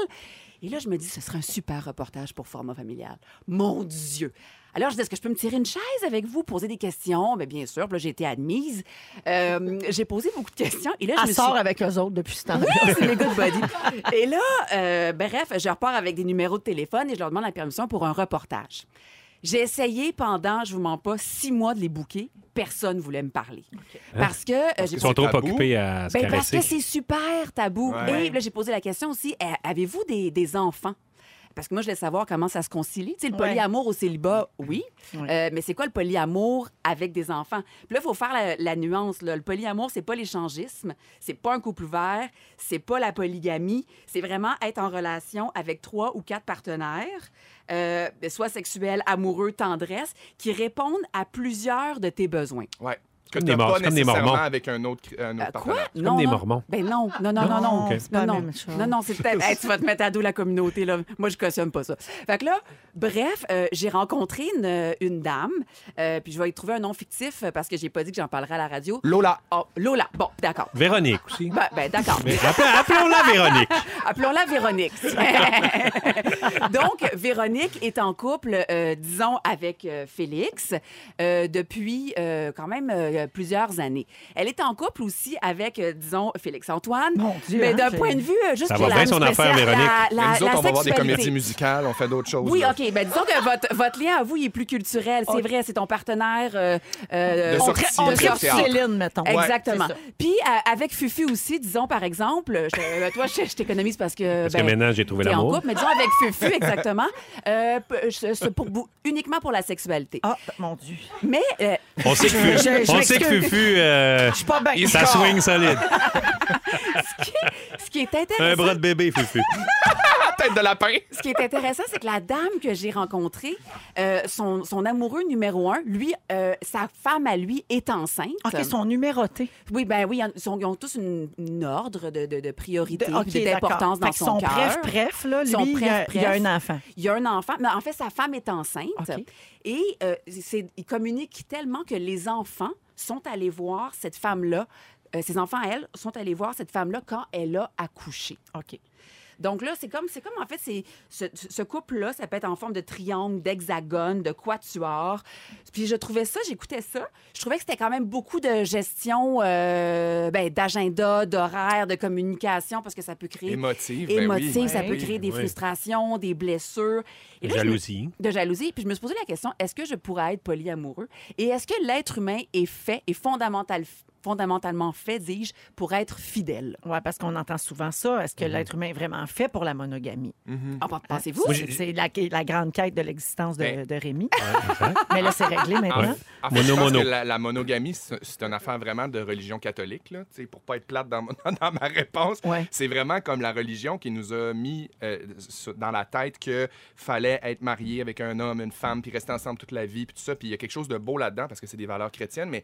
B: Et là, je me dis, ce serait un super reportage pour format familial. Mon Dieu! Alors, je dis, est-ce que je peux me tirer une chaise avec vous, poser des questions? Mais bien sûr, puis là, j'ai été admise. Euh, [laughs] j'ai posé beaucoup de questions. Et là, je
F: Elle
B: me
F: sort
B: suis...
F: avec eux autres depuis ce temps-là.
B: Oui, c'est mes good body.
F: [laughs]
B: Et là, euh, bref, je repars avec des numéros de téléphone et je leur demande la permission pour un reportage. J'ai essayé pendant, je vous mens pas, six mois de les bouquer. Personne voulait me parler. Parce que... euh, j'ai
D: Ils sont
A: c'est
D: trop
A: tabou.
D: occupés à se
B: ben, parce
D: caresser.
B: que c'est super tabou.
A: Ouais.
B: Et là, j'ai posé la question aussi, a- avez-vous des, des enfants? Parce que moi, je voulais savoir comment ça se concilie. Tu sais, le
F: Ouais.
B: polyamour au célibat, oui.
F: Ouais.
B: Euh, mais c'est quoi le polyamour avec des enfants? Puis là, il faut faire la, la nuance. là. Le polyamour, c'est pas l'échangisme, c'est pas un couple ouvert, c'est pas la polygamie. C'est vraiment être en relation avec trois ou quatre partenaires, euh, soit sexuels, amoureux, tendresse, qui répondent à plusieurs de tes besoins.
A: Ouais. Que
D: Comme
A: t'as
D: des morts-
A: pas
D: c'est comme des mormons.
A: nécessairement avec un autre, cri- un autre
B: Euh, quoi?
A: partenaire.
D: Comme des mormons.
B: Ben non, non, non, non, non.
D: Ok.
F: c'est
B: Non,
F: pas la
B: non.
F: même chose.
B: non, non, c'est peut-être. Hey, tu vas te mettre à dos la communauté, là. Moi, je cautionne pas ça. Fait que là, bref, euh, j'ai rencontré une, une dame, euh, puis je vais y trouver un nom fictif euh, parce que j'ai pas dit que j'en parlerai à la radio.
A: Lola.
B: Oh, Lola. Bon, d'accord.
D: Véronique
B: [laughs]
D: aussi.
B: Ben, ben, d'accord.
D: Mais appelons- Appelons-la Véronique.
B: Euh, Appelons-la Véronique. [laughs] Donc, Véronique est en couple, euh, disons, avec euh, Félix euh, depuis euh, quand même euh, plusieurs années. Elle est en couple aussi avec, euh, disons, Félix-Antoine.
F: Mon Dieu,
B: Mais
F: hein,
B: d'un
F: j'ai-
B: point de vue, euh, juste
D: Ça
B: pour
D: va
B: la
D: bien son affaire,
B: spéciale-
D: Véronique.
B: la- la-
A: Mais nous autres,
B: la
A: on va voir des
B: sexualité.
A: comédies musicales, on fait d'autres choses.
B: Oui,
A: là.
B: OK. Ben, disons que votre, votre lien à vous, il est plus culturel.
F: Oh.
B: C'est vrai, c'est ton partenaire. euh, euh,
A: De
B: on
A: sortie,
B: traite-
F: On
A: de
F: traite
A: théâtre.
F: Céline, mettons.
A: Ouais.
B: Exactement.
F: c'est ça.
B: Puis euh, avec Fufu aussi, disons par exemple, je, euh, toi je, je t'économise parce que
D: Parce
B: ben,
D: que maintenant, j'ai trouvé
B: t'es en
D: l'amour.
B: couple, mais disons avec Fufu [laughs] exactement, euh, p- je- c'est pour, bou- uniquement pour la sexualité.
F: Ah, mon Dieu.
B: Mais euh,
D: On sait que
F: Je-
D: Fufu,
F: je
D: on sait que
F: m'excuse.
D: Fufu, euh,
F: Je suis pas bien.
D: ça swing solide.
B: ce qui est
D: Un
B: intéressant,
D: bras de bébé, Fufu.
A: La tête de lapin.
B: ce qui est intéressant, c'est que la dame que j'ai rencontrée, euh, son, son amoureux numéro un, lui, euh, sa femme à lui est enceinte.
F: Ah, OK, ils sont numérotés.
B: Oui, ben oui, ils ont, ils ont tous une, une ordre de, de, de priorité,
F: De- OK,
B: puis d'importance dans
F: d'accord. Fait qu'ils
B: son
F: sont
B: cœur.
F: Bref, bref, là, lui,
B: Son
F: il, y a,
B: bref,
F: il y a
B: bref.
F: un enfant.
B: Il y a un enfant. Mais en fait, sa femme est enceinte.
F: OK.
B: Et euh, c'est- il communique tellement que les enfants sont allés voir cette femme-là. euh, ses enfants, elle, sont allés voir cette femme-là quand elle a accouché.
F: OK.
B: Donc là, c'est comme, c'est comme en fait, c'est ce, ce couple-là, ça peut être en forme de triangle, d'hexagone, de quatuor. Puis je trouvais ça, j'écoutais ça, je trouvais que c'était quand même beaucoup de gestion, euh, ben, d'agenda, d'horaire, de communication, parce que ça peut créer
A: Émotive. ben oui.
B: émotive, ça
A: Ben
B: peut
A: oui,
B: créer des
D: oui.
B: frustrations, des blessures. Et là, je me-
D: Jalousie.
B: de jalousie. Puis je me suis posé la question, est-ce que je pourrais être polyamoureux? Et est-ce que l'être humain est fait, est fondamental, fondamentalement fait, dis-je, pour être fidèle?
F: Oui, parce qu'on entend souvent ça.
D: Mm-hmm.
F: Est-ce que l'être humain est vraiment fait pour la monogamie?
B: Ah, ben, Pensez-vous?
F: C'est- C'est la, la grande quête de l'existence de,
A: Ben.
F: de Rémi. [laughs] Mais là, c'est réglé
A: En-
F: maintenant.
A: en fait, Ah, je
D: Mono,
A: pense
D: mono.
A: que la, la monogamie, c'est c'est une affaire vraiment de religion catholique. Là, Tu sais, pour pas être plate dans, [laughs] mon- dans ma réponse,
F: Ouais.
A: c'est vraiment comme la religion qui nous a mis euh, sur- dans la tête que fallait être marié avec un homme, une femme, puis rester ensemble toute la vie, puis tout ça. Puis il y a quelque chose de beau là-dedans parce que c'est des valeurs chrétiennes, mais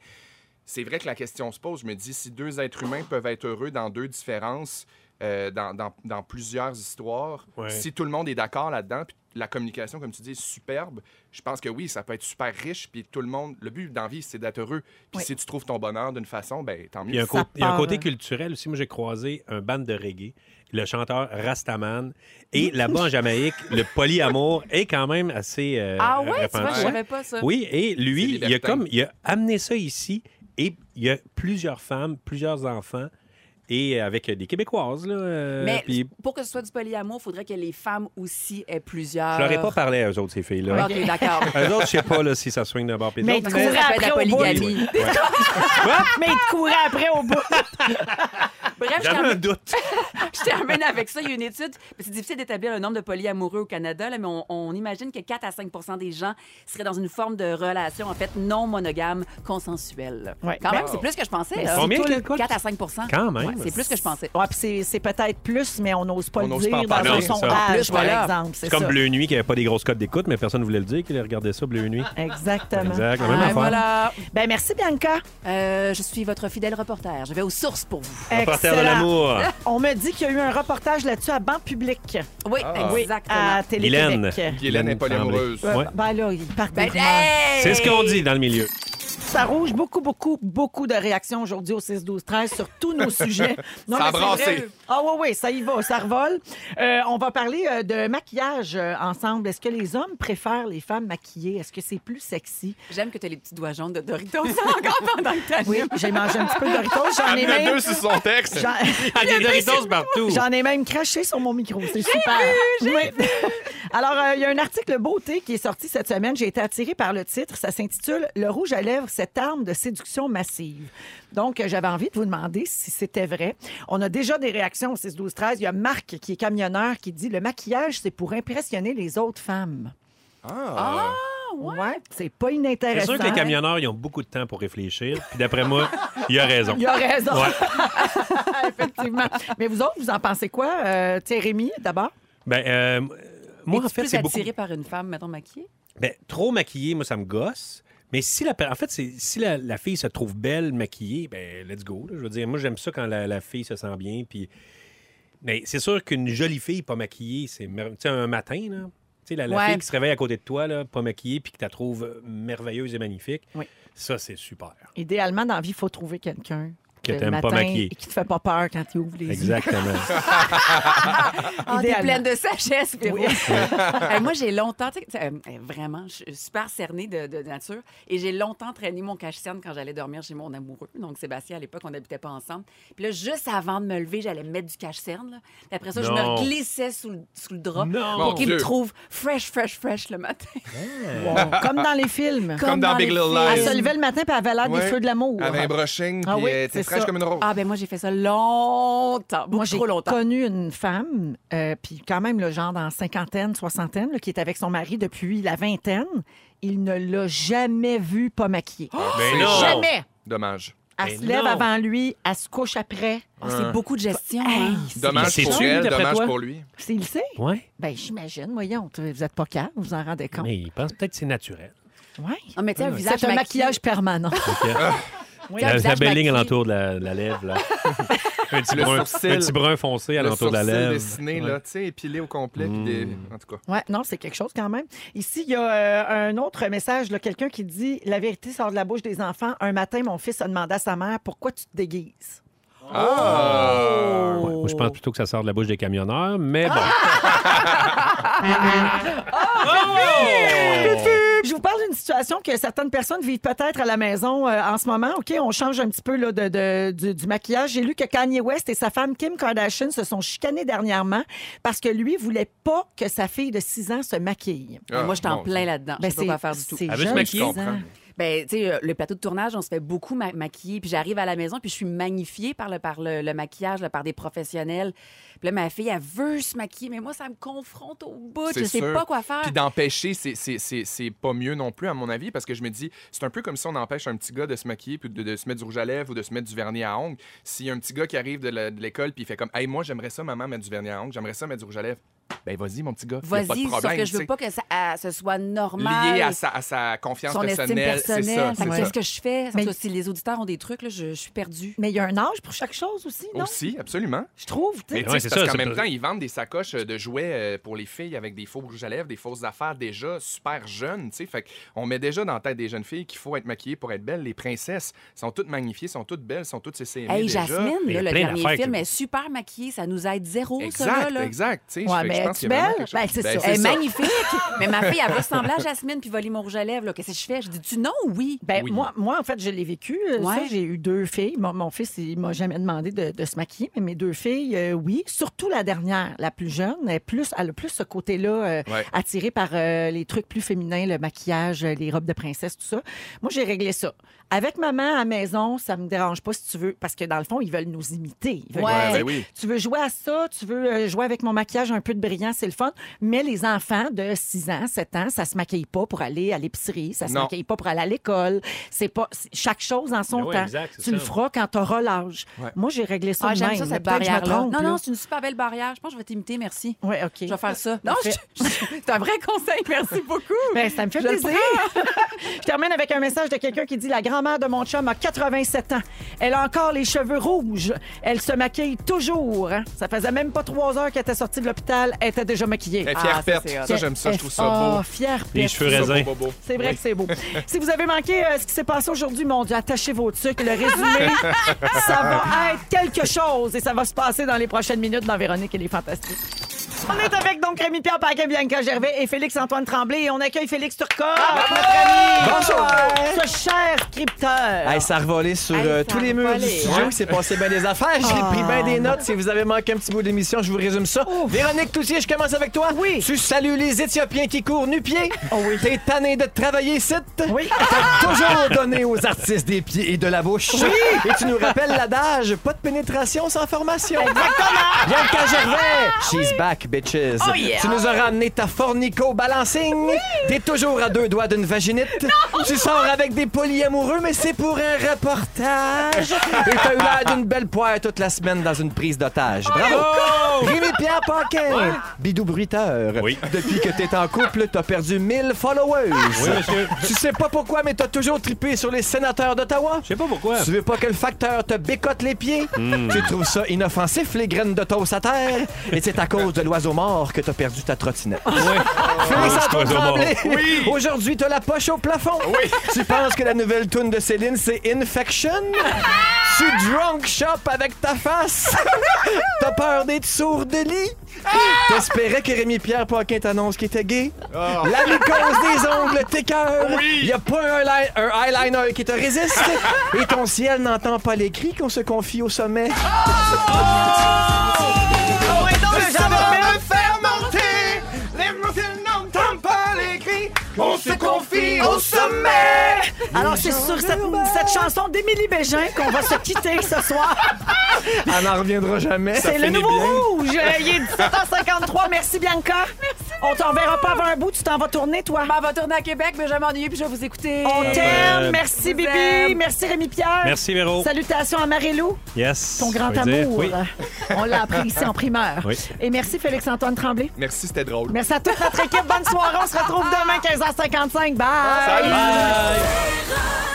A: c'est vrai que la question se pose. Je me dis, si deux êtres humains peuvent être heureux dans deux différences, euh, dans, dans- dans plusieurs histoires,
D: Ouais.
A: si tout le monde est d'accord là-dedans, puis la communication, comme tu dis, est superbe, je pense que oui, ça peut être super riche. Puis tout le monde, le but d'envie, c'est d'être heureux. Puis
F: Oui.
A: si tu trouves ton bonheur d'une façon, ben tant
D: Il y a
A: mieux.
D: un, co- il y a un
F: part,
D: côté
B: hein.
F: euh.
D: culturel aussi. Moi, j'ai croisé un band de reggae, le chanteur Rastaman.
B: [laughs]
D: Et là-bas, en Jamaïque, le polyamour est quand même assez euh,
B: Ah ouais, tu vois, je
D: répandu.
B: savais pas ça.
D: Oui, et
A: C'est
D: lui, il a,
A: libertin.
D: comme, il a amené ça ici et il y a plusieurs femmes, plusieurs enfants, et avec des Québécoises. Là, euh,
B: Mais
D: puis
B: pour que ce soit du polyamour, il faudrait que les femmes aussi aient plusieurs.
D: je leur ai pas parlé à eux autres, ces filles-là. [laughs]
B: OK, d'accord.
D: Eux autres, je sais pas là, si ça soigne d'abord. puis de
F: Mais
D: l'autre,
F: ils
B: Mais
F: couraient
B: ça s'appelle
F: après
B: la
F: au bout.
B: polygamie.
D: Ouais.
B: [laughs]
F: Mais il te courait après au bout.
B: Bref, je
D: J'avais un
B: termine,
D: doute.
B: je termine avec ça. Il y a une étude. C'est difficile d'établir le nombre de polyamoureux au Canada, là, mais on, on imagine que 4 à 5 des gens seraient dans une forme de relation, en fait, non monogame, consensuelle.
F: Ouais.
B: Quand
A: Ben,
B: même, c'est plus que je pensais. là.
D: Combien, quel-
B: 4 à 5
D: Quand même. Oh,
B: Ouais, c'est plus que je pensais.
F: Ouais, Ah, puis c'est- c'est peut-être plus, mais on n'ose pas
A: On
F: le
A: n'ose pas en
F: dire dans
A: parler,
F: un
D: c'est ça.
F: sondage,
B: Plus,
F: par
B: voilà.
F: exemple. C'est
D: C'est comme
F: ça.
D: Bleu Nuit qui avait pas des grosses cotes d'écoute, mais personne ne voulait le dire qu'il regardait ça, Bleu Nuit.
F: Exactement.
D: Exact, la même
B: Ah,
D: affaire.
B: voilà.
F: Ben merci, Bianca.
B: Euh, je suis votre fidèle reporter. Je vais aux sources pour vous.
D: Reporter de
F: Excellent.
D: l'amour.
F: On me dit qu'il y a eu un reportage là-dessus à Banque publique
B: Euh, Oui,
A: Ah.
B: exactement.
F: à télé
D: Guylaine.
A: Puis Hélène n'est pas
D: Tremblay.
A: amoureuse.
D: Ouais.
F: Ben là, il part
B: Ben,
F: des rumeurs.
B: hey!
D: C'est ce qu'on dit dans le milieu.
F: Ça rouge beaucoup, beaucoup, beaucoup de réactions aujourd'hui au 6-12-13 sur tous
A: [laughs]
F: nos
A: Ça a
F: sujets. mais c'est
A: brassé.
F: vrai. Ah oui, oui, ça y va, ça revole. Euh, on va parler euh, de maquillage euh, ensemble. Est-ce que les hommes préfèrent les femmes maquillées? Est-ce que c'est plus sexy?
B: J'aime que tu as les petits doigts jaunes de Doritos encore pendant que t'animes.
F: Oui, j'ai mangé un petit peu de Doritos. J'en ai
A: Amène
F: même...
A: deux sur son texte.
F: j'en- [laughs]
D: Il y a des Doritos partout.
F: J'en ai même craché sur mon micro. C'est super. Oui. [laughs] Alors, euh, il y a un article beauté qui est sorti cette semaine. J'ai été attirée par le titre. Ça s'intitule Le rouge à lèvres, cette arme de séduction massive. Donc, euh, j'avais envie de vous demander si c'était vrai. On a déjà des réactions au 6, 12, 13. Il y a Marc, qui est camionneur, qui dit Le maquillage, c'est pour impressionner les autres femmes.
A: Ah.
F: Ouais. c'est pas
D: C'est
F: inintéressant.
D: sûr que les camionneurs, ils ont beaucoup de temps pour réfléchir. Puis d'après moi, il a raison.
F: Il a raison.
D: Ouais.
F: [laughs] Effectivement. Mais vous autres, vous en pensez quoi? Euh, tiens, Rémi, d'abord.
D: Ben, euh, moi,
B: Es-tu
D: en fait,
B: plus
D: c'est beaucoup.
B: attiré par une femme, mettons, maquillée?
D: Ben, trop maquillé, moi, ça me gosse. Mais si la, per- en fait, c'est- si la, la fille se trouve belle, maquillée, ben, let's go. là. Je veux dire, moi, j'aime ça quand la, la fille se sent bien. Puis... Mais c'est sûr qu'une jolie fille pas maquillée, c'est mer- tu sais, un matin, là. Tu sais, la, la
B: Ouais.
D: fille qui se réveille à côté de toi, là, pas maquillée, puis que tu la trouves merveilleuse et magnifique,
F: Oui.
D: ça, c'est super.
F: Idéalement, dans la vie, il faut trouver quelqu'un
D: Que
F: le
D: t'aimes pas
F: matin,
D: maquillée.
F: Et qui te fait pas peur quand tu ouvres les yeux.
D: Exactement.
B: Ah, t'es
F: Idéalement.
B: pleine de sagesse, Véro. [laughs] Euh, moi, j'ai longtemps, tu sais, tu sais, euh, euh, vraiment, je suis super cernée de, de nature et j'ai longtemps traîné mon cache-cerne quand j'allais dormir chez mon amoureux. Donc, Sébastien, à l'époque, on n'habitait pas ensemble. Puis là, juste avant de me lever, j'allais me mettre du cache-cerne. là. Puis Après ça, je
D: Non.
B: me glissais sous le, sous le drap
D: Non.
B: pour
A: Mon
B: qu'il me
A: Dieu.
B: trouve fresh, fresh, fresh le matin.
F: Wow. [laughs] Comme dans les films.
A: [laughs] Comme dans Big
B: les
A: Little
B: films.
A: Lies.
F: Elle se levait le matin puis elle avait l'air des
A: Ouais.
F: feux de l'amour.
A: Avec un brushing,
F: Ah
A: puis
F: oui,
A: euh,
F: c'est
A: t'es fraîche
F: ça.
A: comme une rose.
B: Ah ben moi j'ai fait ça longtemps, beaucoup
F: Moi, j'ai
B: trop longtemps.
F: connu une femme, euh, puis quand même, le genre dans cinquantaine, soixantaine, là, qui est avec son mari depuis la vingtaine. Il ne l'a jamais vue pas maquillée.
D: Mais
A: c'est
D: non!
A: jamais.
F: Mais
A: Dommage.
F: elle
D: Oh! Mais
F: se lève
D: non.
F: avant lui, elle se couche après.
B: Ah, c'est beaucoup de gestion.
F: Hey,
B: hein.
F: c'est-
A: Dommage
D: c'est
A: pour
D: sûr,
A: elle,
D: d'après
A: dommage
D: toi.
A: pour lui.
F: C'est il sait.
D: Ouais.
F: Ben j'imagine, voyons, vous êtes pas calme, vous vous en rendez compte.
D: Mais il pense peut-être que c'est naturel.
F: Ouais.
B: Non Ah, mais tu sais, un visage
F: C'est un
B: maquillé-
F: maquillage permanent.
B: tu sais, un
D: La, la
B: visage
D: belle ligne
B: maquillé.
D: alentour de la, la lèvre,
A: [laughs]
D: là. un, petit
A: Le
D: brun,
A: sourcil.
D: un petit brun foncé
A: Le
D: alentour de la
A: sourcil
D: lèvre.
A: dessiné,
D: Ouais. Mm.
A: là, tu sais, épilé au complet, puis des... En tout cas.
F: Ouais, non, c'est quelque chose quand même. Ici, il y a euh, un autre message, là, quelqu'un qui dit La vérité sort de la bouche des enfants. Un matin, mon fils a demandé à sa mère Pourquoi tu te déguises
A: Ah!
D: Ouais, moi, je pense plutôt que ça sort de la bouche des camionneurs,
F: [laughs]
D: mais bon.
F: Oh!
D: Oh!
F: Je vous parle d'une situation que certaines personnes vivent peut-être à la maison euh, en ce moment. OK, on change un petit peu là, de, de- du, du maquillage. J'ai lu que Kanye West et sa femme Kim Kardashian se sont chicanés dernièrement parce que lui voulait pas que sa fille de 6 ans se maquille.
A: Ah,
B: moi je t'en
A: bon.
B: plein là-dedans.
F: Ben,
B: je sais pas quoi faire du tout.
F: c'est
D: Elle veut se
F: jeune,
D: maquiller.
F: 6 ans.
B: Ben, tu sais, euh, le plateau de tournage, on se fait beaucoup ma- maquiller. Puis j'arrive à la maison, puis je suis magnifiée par le, par le, le maquillage, là, par des professionnels. Puis là, ma fille, elle veut se maquiller, mais moi, ça me confronte au bout.
A: C'est
B: Je sais
A: sûr.
B: pas quoi faire.
A: Puis d'empêcher, c'est- c'est- c'est c'est pas mieux non plus, à mon avis, parce que je me dis, c'est un peu comme si on empêche un petit gars de se maquiller, puis de, de se mettre du rouge à lèvres ou de se mettre du vernis à ongles. S'il y a un petit gars qui arrive de la- de l'école, puis il fait comme, hey, moi, j'aimerais ça, maman, mettre du vernis à ongles, j'aimerais ça, mettre du rouge à lèvres. Ben vas-y, mon petit gars. Y a pas de
B: Vas-y, sauf
A: problème,
B: que je
A: tu
B: veux
A: sais.
B: pas que ça, à- ce soit normal.
A: Lié à sa, à sa confiance
B: son estime
A: personnelle. C'est ça.
B: personnelle. Fait
A: c'est
B: que
A: ça.
B: Qu'est-ce que je fais? En
F: Mais-
B: tout cas, Si les auditeurs ont des trucs, là, je, je suis perdue.
F: Mais il y a un âge pour chaque chose aussi, non?
A: Aussi, absolument.
F: Je trouve, tu
A: Mais
F: sais.
A: tu
D: Ouais,
A: sais,
D: c'est
A: parce
D: ça,
A: qu'en
D: c'est
A: même
D: pas-
A: temps, ils vendent des sacoches euh, de jouets euh, pour les filles avec des faux rouges à lèvres, des fausses affaires déjà super jeunes, tu sais. Fait qu'on met déjà dans la tête des jeunes filles qu'il faut être maquillée pour être belle. Les princesses sont toutes magnifiées, sont toutes belles, sont toutes CCMI
B: Hey,
A: déjà.
B: Jasmine,
D: Il y
B: là,
D: a
B: le
D: plein
B: dernier
D: d'affaires
B: film,
D: que-
B: elle est super maquillée. Ça nous aide zéro, ça,
A: Exact,
B: là.
A: exact. tu sais.
F: Ouais,
A: Fait que
F: mais
A: je pense
F: es-tu
A: qu'il y a vraiment
F: belle?
A: quelque chose-
F: Ben, c'est
A: Ben,
F: ça.
B: Elle est
A: ça.
B: magnifique. Mais ma fille, elle va ressembler à Jasmine, puis voler mon rouge à lèvres. là. Qu'est-ce que je fais? Je dis-tu non ou oui?
F: Ben,
A: Oui.
F: moi, moi, en fait, je l'ai vécu. Euh,
B: Ouais.
F: Ça, j'ai eu deux filles. Mon, mon fils, il m'a jamais demandé de, de se maquiller, mais mes deux filles, euh, oui. Surtout la dernière, la plus jeune, elle, est plus, elle a plus ce côté-là euh,
A: Ouais.
F: attiré par euh, les trucs plus féminins, le maquillage, euh, les robes de princesse, tout ça. Moi, j'ai réglé ça. Avec maman à la maison, ça me dérange pas si tu veux, parce que dans le fond, ils veulent nous imiter. Ils veulent
B: Ouais.
A: Ouais,
F: tu sais,
A: ben oui.
F: Tu veux jouer à ça, tu veux euh, jouer avec mon maquillage un peu de brillant, c'est le fun. Mais les enfants de 6 ans, 7 ans, ça se maquille pas pour aller à l'épicerie, ça se
A: Non.
F: maquille pas pour aller à l'école. C'est pas c'est- chaque chose en son
D: Ben ouais,
F: temps.
D: exact, c'est
F: tu le
D: ça.
F: feras quand tu auras l'âge.
A: Ouais.
F: Moi, j'ai réglé ça
B: Ah,
F: de
B: j'aime
F: même,
B: ça,
F: mais
B: cette
F: peut-être que je me
B: barrière-là.
F: trompe,
B: Non,
F: là.
B: non, c'est une super belle barrière. Je pense que je vais t'imiter, merci.
F: Ouais, OK.
B: Je vais faire ça. Non,
F: Parfait.
B: je- je- c'est un vrai conseil. Merci beaucoup.
F: Ben, ça me fait
B: Je le
F: plaisir. je termine avec un message de quelqu'un qui dit La grand-mère de mon chum a 87 ans. Elle a encore les cheveux rouges. Elle se maquille toujours. hein. Ça faisait même pas trois heures qu'elle était sortie de l'hôpital. Elle était déjà maquillée.
A: Elle est
B: Ah,
A: fière
B: ça,
A: pète.
B: c'est hot.
A: Ben,
B: Oh.
A: Ça, j'aime ça, je trouve ça
F: Ah,
A: beau.
F: fière
D: Les
F: pète.
D: cheveux
A: Je trouve ça
D: raisins.
A: beau, beau, beau.
F: C'est vrai que c'est beau. si vous avez manqué euh, ce qui s'est passé aujourd'hui, mon Dieu, attachez vos trucs. Le résumé, ça va être quelque chose et ça va se passer dans les prochaines minutes dans Véronique et les Fantastiques. On est avec donc Rémi Pierre Paquet, Bianca Gervais et Félix-Antoine Tremblay et on accueille Félix Turcotte, notre ami.
H: Bonjour.
F: Ce cher scripteur.
H: Hey, ça a Ah. revolé sur euh, tous les murs du studio. Il s'est passé bien des affaires. J'ai pris bien des notes. Si vous avez manqué un petit bout de l'émission, je vous résume ça. Véronique Cloutier, je commence avec toi.
F: Oui.
H: Tu salues les Éthiopiens qui courent nu-pieds. T'es tanné de travailler ici.
F: Oui.
H: T'as toujours donné aux artistes des pieds et de la bouche. Et tu nous rappelles l'adage pas de pénétration sans formation. Exactement. Bianca Gervais, she's back, bitches. Tu nous as ramené ta fornico balancing. T'es toujours à deux doigts d'une vaginite. Tu sors avec des polyamoureux, mais c'est pour un reportage. Et t'as eu l'air d'une belle poire toute la semaine dans une prise d'otage. Bravo! Rémi Pierre Paquin, bidou bruiteur.
D: Oui.
H: Depuis que t'es en couple, t'as perdu 1000 followers.
D: Oui, monsieur.
H: Tu sais pas pourquoi, mais t'as toujours trippé sur les sénateurs d'Ottawa.
D: Je sais pas pourquoi.
H: Tu veux pas que le facteur te bécote les pieds? Tu trouves ça inoffensif, les graines de toast à terre? Et c'est à cause de l'oiseau mort que t'as perdu ta trottinette.
D: Ouais.
H: Félix
D: Oh,
H: Antoine
D: cet oiseau mort.
H: Tremblay, Ah, Aujourd'hui, t'as la poche au plafond. Tu penses que la nouvelle tune de Céline, c'est Infection? tu drunk shop avec ta face. t'as peur d'être sourd de lit. T'espérais que Rémi Pierre Paquin t'annonce qu'il était gay. La mycose des ongles t'écœure. Il Y a pas un, li- un eyeliner qui te résiste. Et ton ciel n'entend pas les cris qu'on se confie au sommet.
A: On se confie au sommet!
F: Alors, c'est sur cette, cette chanson d'Émilie Bégin qu'on va se quitter ce soir.
H: Elle n'en reviendra jamais.
F: C'est le nouveau rouge. Euh, Il est 17h53. Merci, Bianca. On t'en verra pas avant un bout. Tu t'en vas tourner, toi.
B: Ben, on va tourner à Québec, mais je vais m'ennuyer, puis je vais vous écouter.
F: On t'aime.
D: ben,
F: Merci,
B: Ah vous
F: Bibi.
B: aime.
F: Merci, Rémi-Pierre.
D: Merci, Véro.
F: Salutations à Marie-Lou,
D: Yes.
F: ton grand
D: Ça veut dire-
F: amour.
D: Oui.
F: On l'a appris ici en primeur.
D: Oui.
F: Et merci, Félix-Antoine Tremblay.
A: Merci, c'était drôle.
F: Merci à toute notre équipe. Bonne soirée. On se retrouve demain, 15h55. Bye.
A: Salut!
G: Véronique.